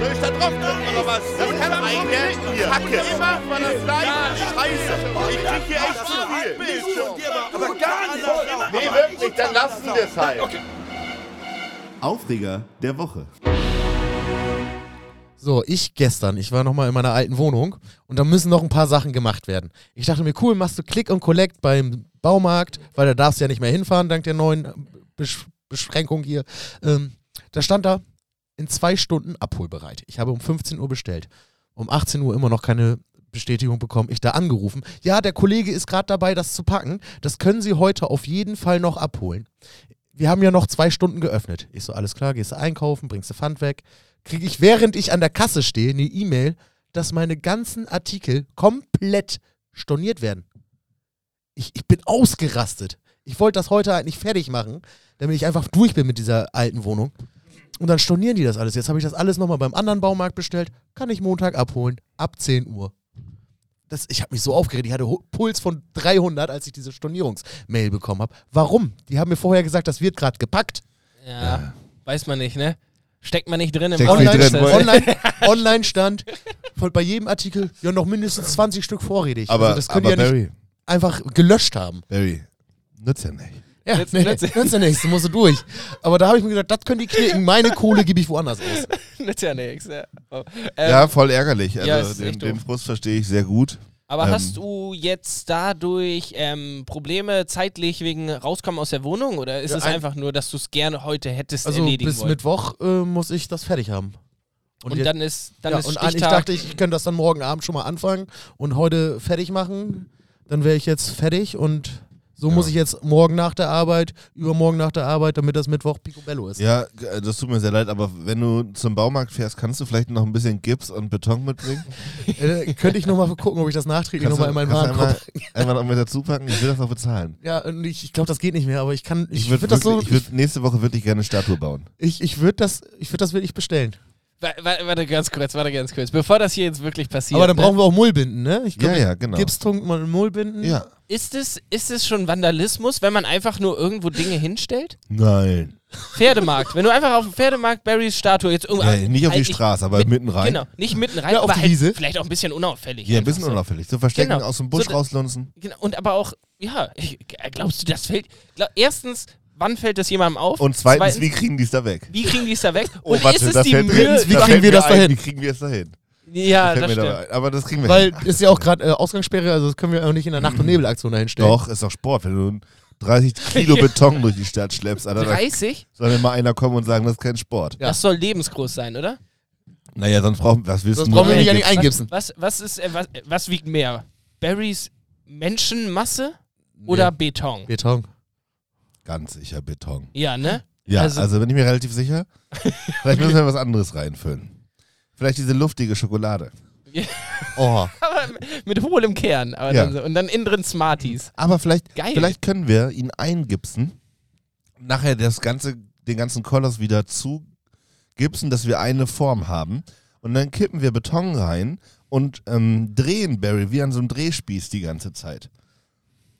S7: Soll ich da drauf drücken oder was? Das ist eine Kacke. Immer war das gleiche. Scheiße. Ich krieg hier echt zu viel.
S2: Aber gar nicht!
S7: Nee, wirklich, dann lassen wir es halt.
S5: Aufreger der Woche.
S1: So, ich gestern, ich war nochmal in meiner alten Wohnung und da müssen noch ein paar Sachen gemacht werden. Ich dachte mir, cool, machst du Click und Collect beim Baumarkt, weil da darfst du ja nicht mehr hinfahren, dank der neuen Besch Beschränkung hier. Ähm, da stand da, in zwei Stunden abholbereit. Ich habe um 15 Uhr bestellt. Um 18 Uhr immer noch keine Bestätigung bekommen. Ich da angerufen. Ja, der Kollege ist gerade dabei, das zu packen. Das können Sie heute auf jeden Fall noch abholen. Wir haben ja noch zwei Stunden geöffnet. Ich so, alles klar, gehst du einkaufen, bringst du Pfand weg. Kriege ich, während ich an der Kasse stehe, eine E-Mail, dass meine ganzen Artikel komplett storniert werden. Ich, ich bin ausgerastet. Ich wollte das heute eigentlich fertig machen, damit ich einfach durch bin mit dieser alten Wohnung. Und dann stornieren die das alles. Jetzt habe ich das alles nochmal beim anderen Baumarkt bestellt. Kann ich Montag abholen, ab 10 Uhr. Das, ich habe mich so aufgeregt. Ich hatte Ho- Puls von 300, als ich diese Stornierungsmail bekommen habe. Warum? Die haben mir vorher gesagt, das wird gerade gepackt.
S4: ja, weiß man nicht, ne? Steckt man nicht drin im
S3: Steckt nicht
S4: Online-
S3: drin, weil-
S1: Online, online stand von bei jedem Artikel ja noch mindestens 20 Stück vorrätig.
S3: Aber,
S1: also das können
S3: aber
S1: die ja nicht
S3: Barry,
S1: einfach gelöscht haben.
S3: Barry, nützt ja nicht.
S1: Ja,
S4: Jetzt-
S1: nee,
S4: jetzt-
S1: jetzt ja nichts, du musst du durch. Aber da habe ich mir gedacht, das können die knicken. Meine Kohle gebe ich woanders aus.
S4: Nützt ja nichts. Ja. Oh.
S1: Äh,
S4: Ähm,
S3: ja, voll ärgerlich. Also
S4: ja, ist
S3: den,
S4: echt doof.
S3: den Frust verstehe ich sehr gut.
S4: Aber
S3: Ähm.
S4: hast du jetzt dadurch ähm, Probleme zeitlich wegen Rauskommen aus der Wohnung oder ist
S1: Ja,
S4: es
S1: ein-
S4: einfach nur, dass du es gerne heute hättest
S1: Also
S4: erledigen
S1: bis
S4: wollen?
S1: Mittwoch äh, muss ich das fertig haben.
S4: und,
S1: jetzt-
S4: dann ist dann
S1: ja,
S4: ist
S1: und an-
S4: Stichtag.
S1: ich dachte, ich, ich könnte das dann morgen Abend schon mal anfangen und heute fertig machen. Dann wäre ich jetzt fertig und so muss ich jetzt morgen nach der Arbeit, übermorgen nach der Arbeit, damit das Mittwoch Picobello ist.
S3: Ja, g- äh, das tut mir sehr leid, aber wenn du zum Baumarkt fährst, kannst du vielleicht noch ein bisschen Gips und Beton mitbringen?
S1: Äh, könnte ich nochmal gucken, ob ich das nachträglich
S3: Kannst
S1: nochmal in meinen
S3: du, kannst du einmal,
S1: Warenkorb.
S3: einmal noch mit dazu packen? Ich will das noch bezahlen.
S1: Ja, und ich, ich glaube, das geht nicht mehr, aber ich kann. Ich,
S3: Ich
S1: würde
S3: würde
S1: das so.
S3: ich würd nächste Woche wirklich gerne eine Statue bauen.
S1: Ich, ich würde das, ich würd das wirklich bestellen.
S4: Wa- wa- Warte ganz kurz, warte ganz kurz. Bevor das hier jetzt wirklich passiert,
S1: Aber dann brauchen
S4: ne?
S1: wir auch Mullbinden, ne? Ich
S3: Ja, ja, genau.
S1: Gipstrunk mal Mullbinden.
S3: Ja.
S4: ist, es, ist es schon Vandalismus, wenn man einfach nur irgendwo Dinge hinstellt?
S3: Nein.
S4: Pferdemarkt. wenn du einfach auf dem Pferdemarkt Barrys Statue jetzt irgendwo.
S3: Nein, Äh, nicht auf die
S4: Halt, ich-
S3: Straße, aber
S4: mit-
S3: mitten rein.
S4: Genau, nicht mitten rein,
S1: Ja, auf
S4: aber
S1: die
S4: halt
S1: Wiese.
S4: vielleicht auch ein bisschen unauffällig.
S3: Ja, ein
S4: einfach
S3: bisschen
S4: so.
S3: unauffällig. So verstecken,
S4: Genau.
S3: aus dem Busch
S4: So, da-
S3: rauslunzen.
S4: Genau, und aber auch, ja, ich, äh, glaubst du, das fällt. Glaub, erstens, wann fällt das jemandem auf?
S3: Und zweitens, wie kriegen die es da weg?
S4: wie kriegen die es da weg?
S3: Oh,
S4: und
S3: warte,
S4: ist es
S3: da
S4: die
S3: fällt mir-
S4: Mühe.
S1: Wie
S3: da
S1: kriegen
S3: fällt
S1: wir
S3: mir
S1: das
S3: ein,
S1: dahin?
S3: Wie kriegen wir es da hin?
S4: ja,
S3: Fällt
S4: das
S3: mir
S4: stimmt.
S3: dabei ein. aber das kriegen wir
S1: Weil
S3: hin.
S1: ist ja auch gerade äh, Ausgangssperre, also das können wir auch nicht in der Nacht- und Nebelaktion dahinstellen.
S3: Mhm. Doch, ist doch Sport. Wenn du ein 30 Kilo Beton durch die Stadt schleppst, Alter, da
S4: 30?
S3: soll mir mal einer kommen und sagen, das ist kein Sport.
S1: Ja.
S4: Das soll lebensgroß sein, oder?
S3: Naja, sonst brauchen was willst
S1: Das
S3: du
S1: brauchen wir
S3: nur
S1: nicht an den
S3: eingeben?
S1: eingipsen.
S4: Was, was, ist, äh, was, äh, was wiegt mehr? Barrys Menschenmasse oder Beton?
S1: Beton.
S3: Ganz sicher Beton.
S4: Ja, ne?
S3: Ja,
S4: Also-
S3: also, bin ich mir relativ sicher. Vielleicht müssen wir was anderes reinfüllen. Vielleicht diese luftige Schokolade.
S1: Oh.
S4: Mit hohlem Kern. Aber
S3: Ja.
S4: dann so, und dann innen drin Smarties.
S3: Aber vielleicht,
S4: Geil.
S3: vielleicht können wir ihn eingipsen, nachher das ganze, den ganzen Koloss wieder zugipsen, dass wir eine Form haben. Und dann kippen wir Beton rein und ähm, drehen Barry wie an so einem Drehspieß die ganze Zeit.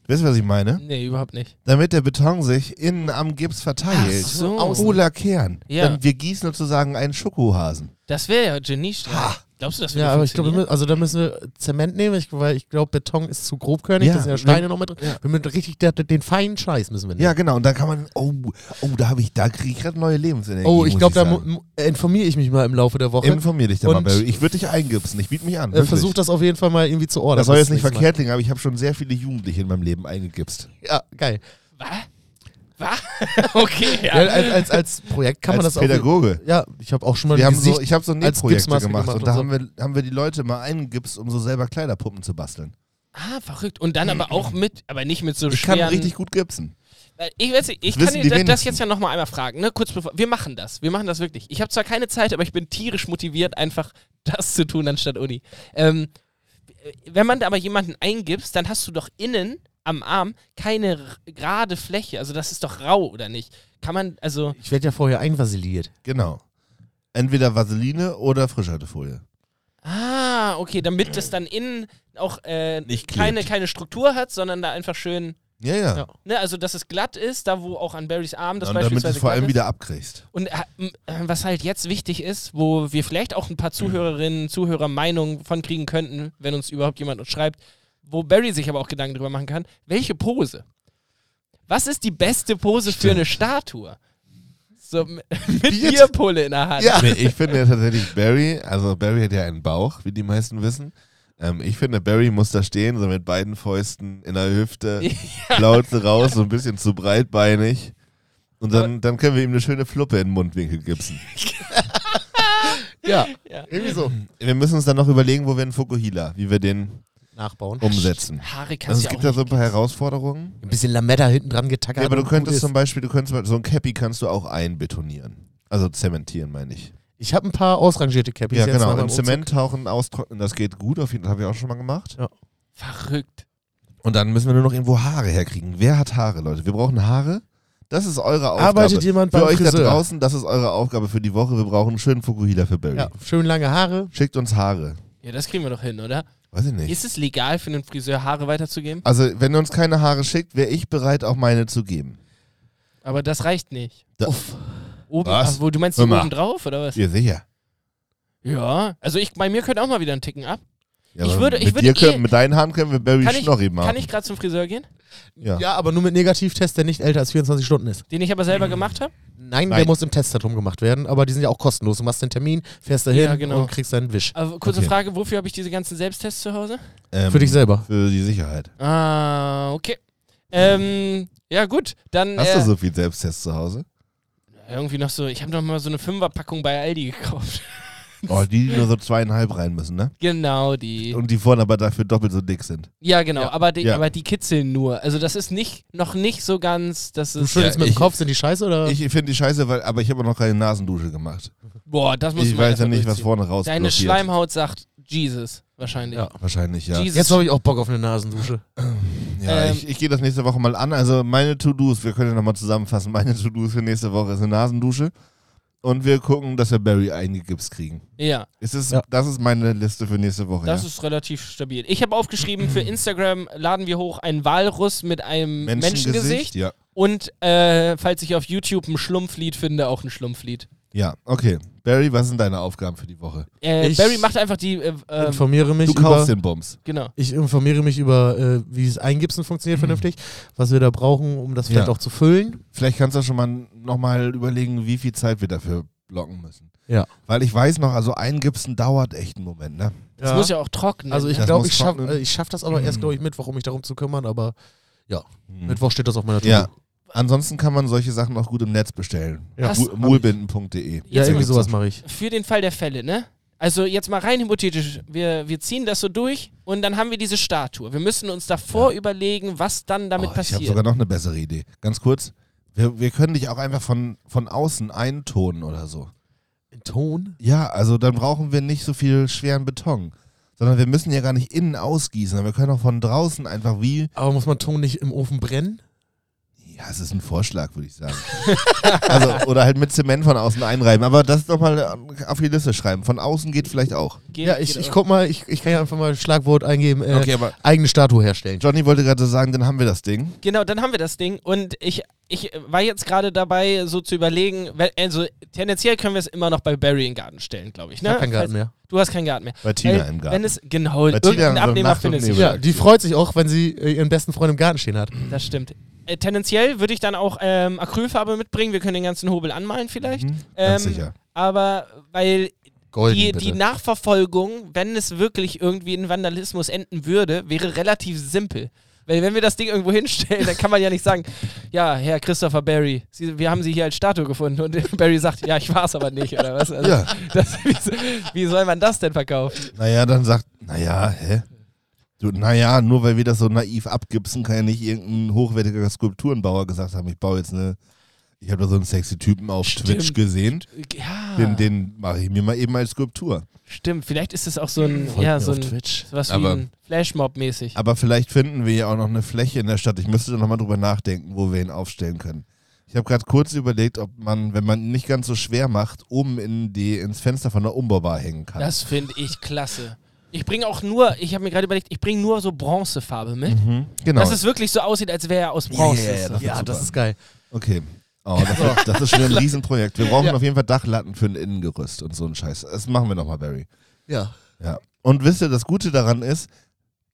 S3: Wisst ihr, was ich meine?
S4: Nee, überhaupt nicht.
S3: Damit der Beton sich innen am Gips verteilt.
S4: Ach so.
S3: Hohler Kern.
S4: Ja.
S3: Dann wir gießen sozusagen einen Schokohasen.
S4: Das wäre ja Geniestreich. Glaubst du, das würde
S1: Ja, aber ich glaube, wir
S4: funktionieren?
S1: mü- also da müssen wir Zement nehmen, ich, weil ich glaube, Beton ist zu grobkörnig,
S3: Ja,
S1: da sind ja
S3: wir-
S1: Steine noch mit drin.
S3: ja.
S1: Wir müssen richtig der, den feinen Scheiß müssen wir nehmen.
S3: Ja, genau. Und dann kann man. Oh, oh da habe ich, da kriege ich gerade neue Lebensenergie.
S1: oh, ich
S3: genau. muss
S1: glaube, da mu-
S3: sagen.
S1: mu- informiere ich mich mal im Laufe der Woche.
S3: Informier dich da mal,
S1: Und-
S3: Barry. Ich würde dich eingipsen. Ich biete mich an.
S1: äh,
S3: wirklich.
S1: versuch das auf jeden Fall mal irgendwie zu ordnen.
S3: Das soll jetzt nicht
S1: nächste
S3: verkehrt klingen, aber ich habe schon sehr viele Jugendliche in meinem Leben eingegipst.
S1: Mal. Ja, geil.
S4: Okay,
S1: Ja,
S4: ja.
S1: als, als, als Projekt kann man
S3: Als
S1: das
S3: Pädagoge.
S1: auch. Ja, ich habe auch schon mal
S3: Wir
S1: ein
S3: haben so,
S1: Gesicht-
S3: ich habe so
S1: als
S3: Nähprojekte gemacht,
S1: Gipsmaske
S3: gemacht
S1: gemacht
S3: und
S1: und
S3: da
S1: so.
S3: haben, wir, haben wir die Leute mal eingegipst, um so selber Kleiderpuppen zu basteln.
S4: Ah, verrückt. Und dann aber auch mit, aber nicht mit so
S3: Ich kann
S4: schweren...
S3: richtig gut gipsen.
S4: Äh, Ich, weiß nicht, ich
S3: Das
S4: kann
S3: wissen
S4: dir
S3: die
S4: das, das
S3: wenigsten.
S4: jetzt ja nochmal einmal fragen, ne? Kurz bevor. Wir machen das. Wir machen das wirklich. Ich habe zwar keine Zeit, aber ich bin tierisch motiviert, einfach das zu tun anstatt Uni. Ähm, wenn man da aber jemanden eingibst, dann hast du doch innen am Arm keine r- gerade Fläche. Also das ist doch rau, oder nicht? Kann man, also.
S1: ich werde ja vorher einvasiliert.
S3: Genau. Entweder Vaseline oder Frischhaltefolie.
S4: Ah, okay, damit das dann innen auch äh,
S3: Nicht
S4: keine,
S3: klebt.
S4: keine Struktur hat, sondern da einfach schön.
S3: Ja, ja.
S1: Ja.
S4: Ne, also, dass es glatt ist, da wo auch an Barrys Arm das
S3: und damit du
S4: beispielsweise
S3: es vor
S4: glatt
S3: allem
S4: ist.
S3: wieder abkriegst.
S4: Und äh, m- äh, was halt jetzt wichtig ist, wo wir vielleicht auch ein paar Zuhörerinnen, Zuhörer Meinungen von kriegen könnten, wenn uns überhaupt jemand uns schreibt, wo Barry sich aber auch Gedanken drüber machen kann, welche Pose? Was ist die beste Pose für eine Statue? So m- mit
S3: Bier-
S4: Bierpulle in der Hand.
S3: Ja. Nee, ich finde ja tatsächlich Barry, also Barry hat ja einen Bauch, wie die meisten wissen. Ähm, ich finde, Barry muss da stehen, so mit beiden Fäusten in der Hüfte, Plauze raus, so ein bisschen zu breitbeinig. Und dann, dann können wir ihm eine schöne Fluppe in den Mundwinkel gipsen.
S1: Ja,
S4: Ja.
S1: irgendwie so.
S3: Wir müssen uns dann noch überlegen, wo wir einen Fukuhila, wie wir den
S1: Nachbauen.
S3: Um umsetzen.
S4: Haare
S3: Also es
S4: kannst du ja auch
S3: gibt da
S4: nicht.
S3: so ein paar Herausforderungen.
S1: Ein bisschen Lametta hinten dran getackert.
S3: Ja, aber du
S1: und
S3: könntest
S1: gut
S3: zum
S1: ist.
S3: Beispiel, du könntest mal, so ein Cappy kannst du auch einbetonieren. Also zementieren, meine ich.
S1: Ich habe ein paar ausrangierte Cappies.
S3: Ja,
S1: jetzt
S3: genau.
S1: nach meinem
S3: In
S1: Umzug.
S3: Zement tauchen, austrocknen, das geht gut. Auf jeden Fall habe ich auch schon mal gemacht.
S4: Verrückt.
S3: Und dann müssen wir nur noch irgendwo Haare herkriegen. Wer hat Haare, Leute? Wir brauchen Haare. Das ist eure Aufgabe.
S1: Arbeitet jemand
S3: Für
S1: beim
S3: euch da
S1: Friseur?
S3: draußen, das ist eure Aufgabe für die Woche. Wir brauchen einen schönen Fukuhila für Barry.
S1: Ja, schön lange Haare.
S3: Schickt uns Haare.
S4: Ja, das kriegen wir doch hin, oder?
S3: Weiß ich nicht.
S4: Ist es legal für einen Friseur Haare weiterzugeben?
S3: Also, wenn ihr uns keine Haare schickt, wäre ich bereit, auch meine zu geben.
S4: Aber das reicht nicht.
S3: Da-
S4: Oben,
S3: Was?
S4: Ach, wo, du meinst die
S3: Hör mal.
S4: oben drauf, oder was?
S3: Ihr sicher.
S4: Ja. Also ich, bei mir könnte auch mal wieder ein Ticken ab.
S3: Ja,
S4: Ich
S3: aber
S4: würde- ich
S3: mit,
S4: würde
S3: dir können,
S4: eh-
S3: mit deinen Haaren können wir Barry
S4: Kann ich,
S3: Schnorri machen.
S4: kann ich gerade zum Friseur gehen?
S3: ja.
S1: Ja, aber nur mit Negativtest, der nicht älter als 24 Stunden ist.
S4: Den ich aber
S3: Mhm.
S4: selber gemacht habe?
S1: Nein,
S3: Nein.
S1: der muss im Testzentrum gemacht werden, aber die sind ja auch kostenlos. Du machst den Termin, fährst dahin
S4: Ja, genau.
S1: und kriegst deinen Wisch.
S4: Aber kurze
S3: Okay.
S4: Frage, wofür habe ich diese ganzen Selbsttests zu Hause?
S3: Ähm,
S1: Für dich selber.
S3: Für die Sicherheit.
S4: Ah, okay. Ähm, ja gut, dann
S3: Hast
S4: äh,
S3: du so viel Selbsttest zu Hause?
S4: irgendwie noch so, ich habe noch mal so eine Fünferpackung bei Aldi gekauft.
S3: Oh, die, die nur so zweieinhalb rein müssen, ne?
S4: genau die.
S3: Und die vorne aber dafür doppelt so dick sind.
S4: Ja, genau, Aber, die,
S3: Ja.
S4: aber die kitzeln nur. Also das ist nicht noch nicht so ganz, das
S1: Du
S4: ist
S1: schüttelst
S3: Ja,
S1: mit
S3: ich-
S1: dem Kopf, sind die scheiße oder?
S3: Ich finde die scheiße, weil, aber ich habe noch keine Nasendusche gemacht.
S4: boah, das muss
S3: ich weiß ja nicht, was
S4: vor.
S3: vorne raus
S4: Deine
S3: blockiert.
S4: Schleimhaut sagt Jesus wahrscheinlich.
S1: Ja.
S3: Wahrscheinlich, ja.
S4: Jesus.
S1: Jetzt habe ich auch Bock auf eine Nasendusche.
S3: ja
S4: Ähm,
S3: ich ich gehe das nächste Woche mal an. Also meine To-Dos, wir können ja nochmal zusammenfassen, meine To-Dos für nächste Woche ist eine Nasendusche. Und wir gucken, dass wir Barry eingegips kriegen.
S4: ja.
S3: Es ist,
S1: Ja.
S3: Das ist meine Liste für nächste Woche.
S4: Das
S3: ja.
S4: ist relativ stabil. Ich habe aufgeschrieben, für Instagram laden wir hoch einen Walrus mit einem Menschengesicht
S3: Ja.
S4: und äh, falls ich auf YouTube ein Schlumpflied finde, auch ein Schlumpflied.
S3: ja, okay. Barry, was sind deine Aufgaben für die Woche?
S4: Äh,
S1: Ich-
S4: Barry macht einfach die. Äh, ähm,
S1: Informiere mich
S3: Du kaufst
S1: über.
S3: den Bums.
S4: genau.
S1: Ich informiere mich über, äh, wie das Eingipsen funktioniert vernünftig, was wir da brauchen, um das
S3: Mhm. Ja.
S1: vielleicht auch zu füllen.
S3: Vielleicht kannst du schon mal nochmal überlegen, wie viel Zeit wir dafür blocken müssen.
S1: Ja.
S3: Weil ich weiß noch, also eingipsen dauert echt einen Moment, ne?
S4: Das muss ja auch trocknen.
S1: also ich
S3: Das
S1: glaube,
S3: muss ne?
S1: ich schaffe
S3: trocknen.
S1: äh, ich schaff das aber
S3: Mhm.
S1: erst, glaube ich, Mittwoch, um mich darum zu kümmern, aber ja, Mittwoch steht das auf meiner Tür.
S3: Ja. Ansonsten kann man solche Sachen auch gut im Netz bestellen.
S1: Ja.
S4: Was?
S3: Mu- Mulbinden.de.
S1: ja
S4: Jetzt
S1: irgendwie
S4: mal-
S1: sowas mache ich.
S4: Für den Fall der Fälle, ne? Also jetzt mal rein hypothetisch. Wir, wir ziehen das so durch und dann haben wir diese Statue. Wir müssen uns davor überlegen, was dann damit
S3: Oh, ich habe
S4: passiert.
S3: sogar noch eine bessere Idee. Ganz kurz. Wir, wir können dich auch einfach von, von außen eintonen oder so.
S1: Ton?
S3: Ja, also dann brauchen wir nicht so viel schweren Beton. Sondern wir müssen ja gar nicht innen ausgießen. sondern Wir können auch von draußen einfach wie.
S1: Aber muss man Ton nicht im Ofen brennen?
S3: Ja, es ist ein Vorschlag, würde ich sagen. also, oder halt mit Zement von außen einreiben. Aber das doch mal äh, auf die Liste schreiben. Von außen geht vielleicht auch.
S4: Geht-
S1: Ja, ich,
S4: geht
S1: ich
S4: auch.
S1: guck mal, ich, ich kann ja einfach mal Schlagwort eingeben, äh,
S3: Okay, aber-
S1: eigene Statue herstellen.
S3: Johnny wollte gerade sagen, dann haben wir das Ding.
S4: Genau, dann haben wir das Ding. Und ich, ich war jetzt gerade dabei, so zu überlegen, wel- also tendenziell können wir es immer noch bei Barry in den Garten stellen, glaube ich.
S1: Ich
S4: Ne?
S1: hab keinen Garten
S4: Falls-
S1: mehr.
S4: Du hast keinen Garten mehr.
S3: Bei Tina
S4: Weil,
S3: im Garten.
S4: Wenn es, genau,
S3: Tina
S4: irgendein
S3: so
S4: Abnehmer
S3: Nacht-
S4: findet
S3: und
S4: sich.
S3: Nebel.
S1: Ja, die freut sich auch, wenn sie äh, ihren besten Freund im Garten stehen hat.
S4: Das stimmt. Äh, tendenziell würde ich dann auch ähm, Acrylfarbe mitbringen. Wir können den ganzen Hobel anmalen vielleicht. ähm,
S3: Mhm. ganz sicher.
S4: Aber weil
S1: Golden,
S4: die,
S1: bitte.
S4: die Nachverfolgung, wenn es wirklich irgendwie in Vandalismus enden würde, wäre relativ simpel. Weil wenn wir das Ding irgendwo hinstellen, dann kann man ja nicht sagen, ja, Herr Christopher Barry, Sie, wir haben Sie hier als Statue gefunden. Und Barry sagt, ja, ich war es aber nicht, oder was? Also,
S3: Ja.
S4: das, wie, so- wie soll man das denn verkaufen?
S3: Naja, dann sagt, naja, hä? Du, naja, nur weil wir das so naiv abgipsen, kann ja nicht irgendein hochwertiger Skulpturenbauer gesagt haben, ich baue jetzt eine. Ich habe da so einen sexy Typen auf Twitch gesehen.
S4: Ja,
S3: Den, den mache ich mir mal eben als Skulptur.
S4: stimmt. Vielleicht ist es auch so ein,
S1: Folgt
S4: ja,
S1: mir
S4: so
S1: auf
S4: ein
S1: Twitch.
S4: sowas wie
S3: Aber-
S4: ein Flashmob-mäßig.
S3: Aber vielleicht finden wir ja auch noch eine Fläche in der Stadt. Ich müsste da nochmal drüber nachdenken, wo wir ihn aufstellen können. Ich habe gerade kurz überlegt, ob man, wenn man ihn nicht ganz so schwer macht, oben in die, ins Fenster von der Umbaubar hängen kann.
S4: Das finde ich klasse. Ich bringe auch nur, ich habe mir gerade überlegt, ich bringe nur so Bronzefarbe mit.
S3: Mhm, genau.
S4: Dass es wirklich so aussieht, als wäre er aus Bronze.
S3: Ja, ja, ja, das
S1: Ja,
S3: wird
S1: das
S3: super.
S1: ist geil.
S3: Okay. Oh, das, ist, das ist schon ein Riesenprojekt. Wir brauchen auf jeden Fall Dachlatten für ein Innengerüst und so einen Scheiß. Das machen wir nochmal, Barry.
S1: Ja.
S3: Ja. Und wisst ihr, das Gute daran ist,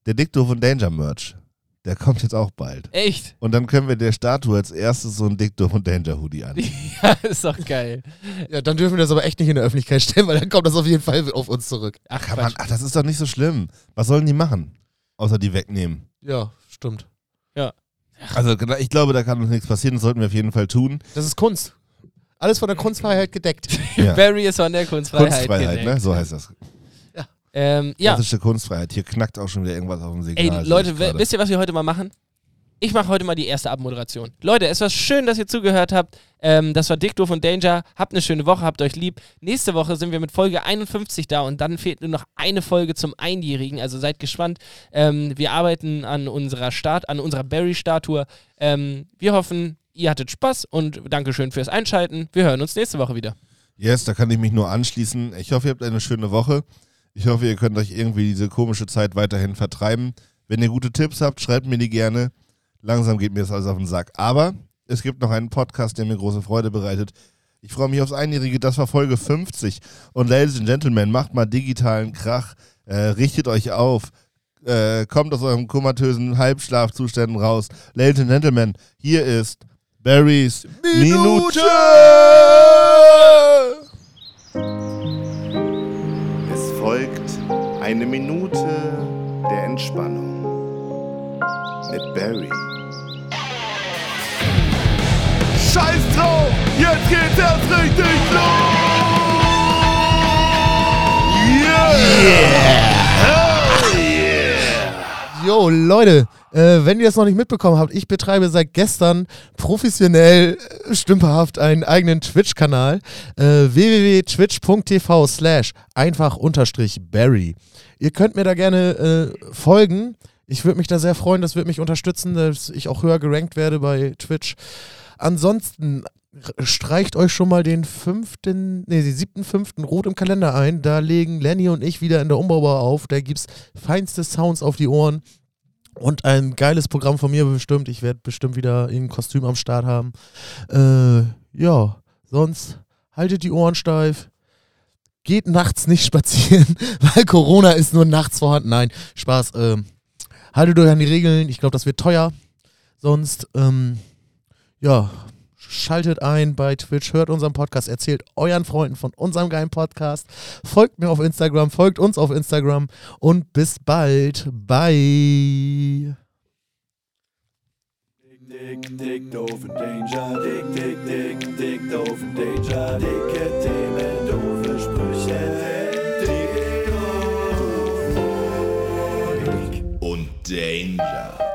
S3: der Dicto von Danger Merch, der kommt jetzt auch bald.
S4: Echt?
S3: Und dann können wir der Statue als erstes so ein Dicto von Danger Hoodie an.
S4: Ja, ist doch geil.
S1: ja, dann dürfen wir das aber echt nicht in der Öffentlichkeit stellen, weil dann kommt das auf jeden Fall auf uns zurück.
S4: Ach,
S3: Kann man,
S4: Quatsch.
S3: ach, das ist doch nicht so schlimm. Was sollen die machen? Außer die wegnehmen.
S1: Ja, stimmt.
S3: Also ich glaube, da kann uns nichts passieren. Das sollten wir auf jeden Fall tun.
S1: Das ist Kunst. Alles von der Kunstfreiheit gedeckt.
S3: Ja.
S4: Barry ist von der Kunstfreiheit.
S3: Kunstfreiheit,
S4: gedeckt.
S3: ne? So heißt das.
S4: Ähm, ja,
S3: Klassische Kunstfreiheit. Hier knackt auch schon wieder irgendwas auf dem
S4: ey,
S3: Signal.
S4: Leute,
S3: sehe ich
S4: we-
S3: gerade.
S4: wisst ihr, was wir heute mal machen? Ich mache heute mal die erste Abmoderation. Leute, es war schön, dass ihr zugehört habt. Ähm, das war Dick Doof und Danger. Habt eine schöne Woche, habt euch lieb. Nächste Woche sind wir mit Folge 51 da und dann fehlt nur noch eine Folge zum Einjährigen. Also seid gespannt. Ähm, wir arbeiten an unserer Start, an unserer Barry-Statue. Ähm, wir hoffen, ihr hattet Spaß und Dankeschön fürs Einschalten. Wir hören uns nächste Woche wieder.
S3: Yes, da kann ich mich nur anschließen. Ich hoffe, ihr habt eine schöne Woche. Ich hoffe, ihr könnt euch irgendwie diese komische Zeit weiterhin vertreiben. Wenn ihr gute Tipps habt, schreibt mir die gerne. Langsam geht mir das alles auf den Sack. Aber es gibt noch einen Podcast, der mir große Freude bereitet. Ich freue mich aufs Einjährige. Das war Folge 50. Und Ladies and Gentlemen, macht mal digitalen Krach. Äh, richtet euch auf. Äh, kommt aus euren komatösen Halbschlafzuständen raus. Ladies and Gentlemen, hier ist Barry's Minute.
S7: Es folgt eine Minute der Entspannung mit Barry. Scheiß drauf, jetzt geht erst richtig los! Yeah! Hell yeah!
S1: Jo, Leute, äh, wenn ihr das noch nicht mitbekommen habt, ich betreibe seit gestern professionell, äh, stümperhaft einen eigenen Twitch-Kanal. Äh, www.twitch.tv slash einfach unterstrich Barry. Ihr könnt mir da gerne äh, folgen. Ich würde mich da sehr freuen, das würde mich unterstützen, dass ich auch höher gerankt werde bei Twitch. Ansonsten r- streicht euch schon mal den fünften, nee, den siebten, fünften rot im Kalender ein. Da legen Lenny und ich wieder in der Umbaubar auf. Da gibt's feinste Sounds auf die Ohren und ein geiles Programm von mir bestimmt. Ich werde bestimmt wieder ein Kostüm am Start haben. Äh, ja, sonst haltet die Ohren steif. Geht nachts nicht spazieren, weil Corona ist nur nachts vorhanden. Nein, Spaß. Ähm, haltet euch an die Regeln. Ich glaube, das wird teuer. Sonst, ähm, ja, schaltet ein bei Twitch, hört unseren Podcast, erzählt euren Freunden von unserem geilen Podcast, folgt mir auf Instagram, folgt uns auf Instagram und bis bald. Bye.
S2: Dick, dick, doof und Danger. Dick, dick, dick, dick, doof und Danger. Dicke Themen, doofe Sprüche. Dick, doof und
S5: Und Danger.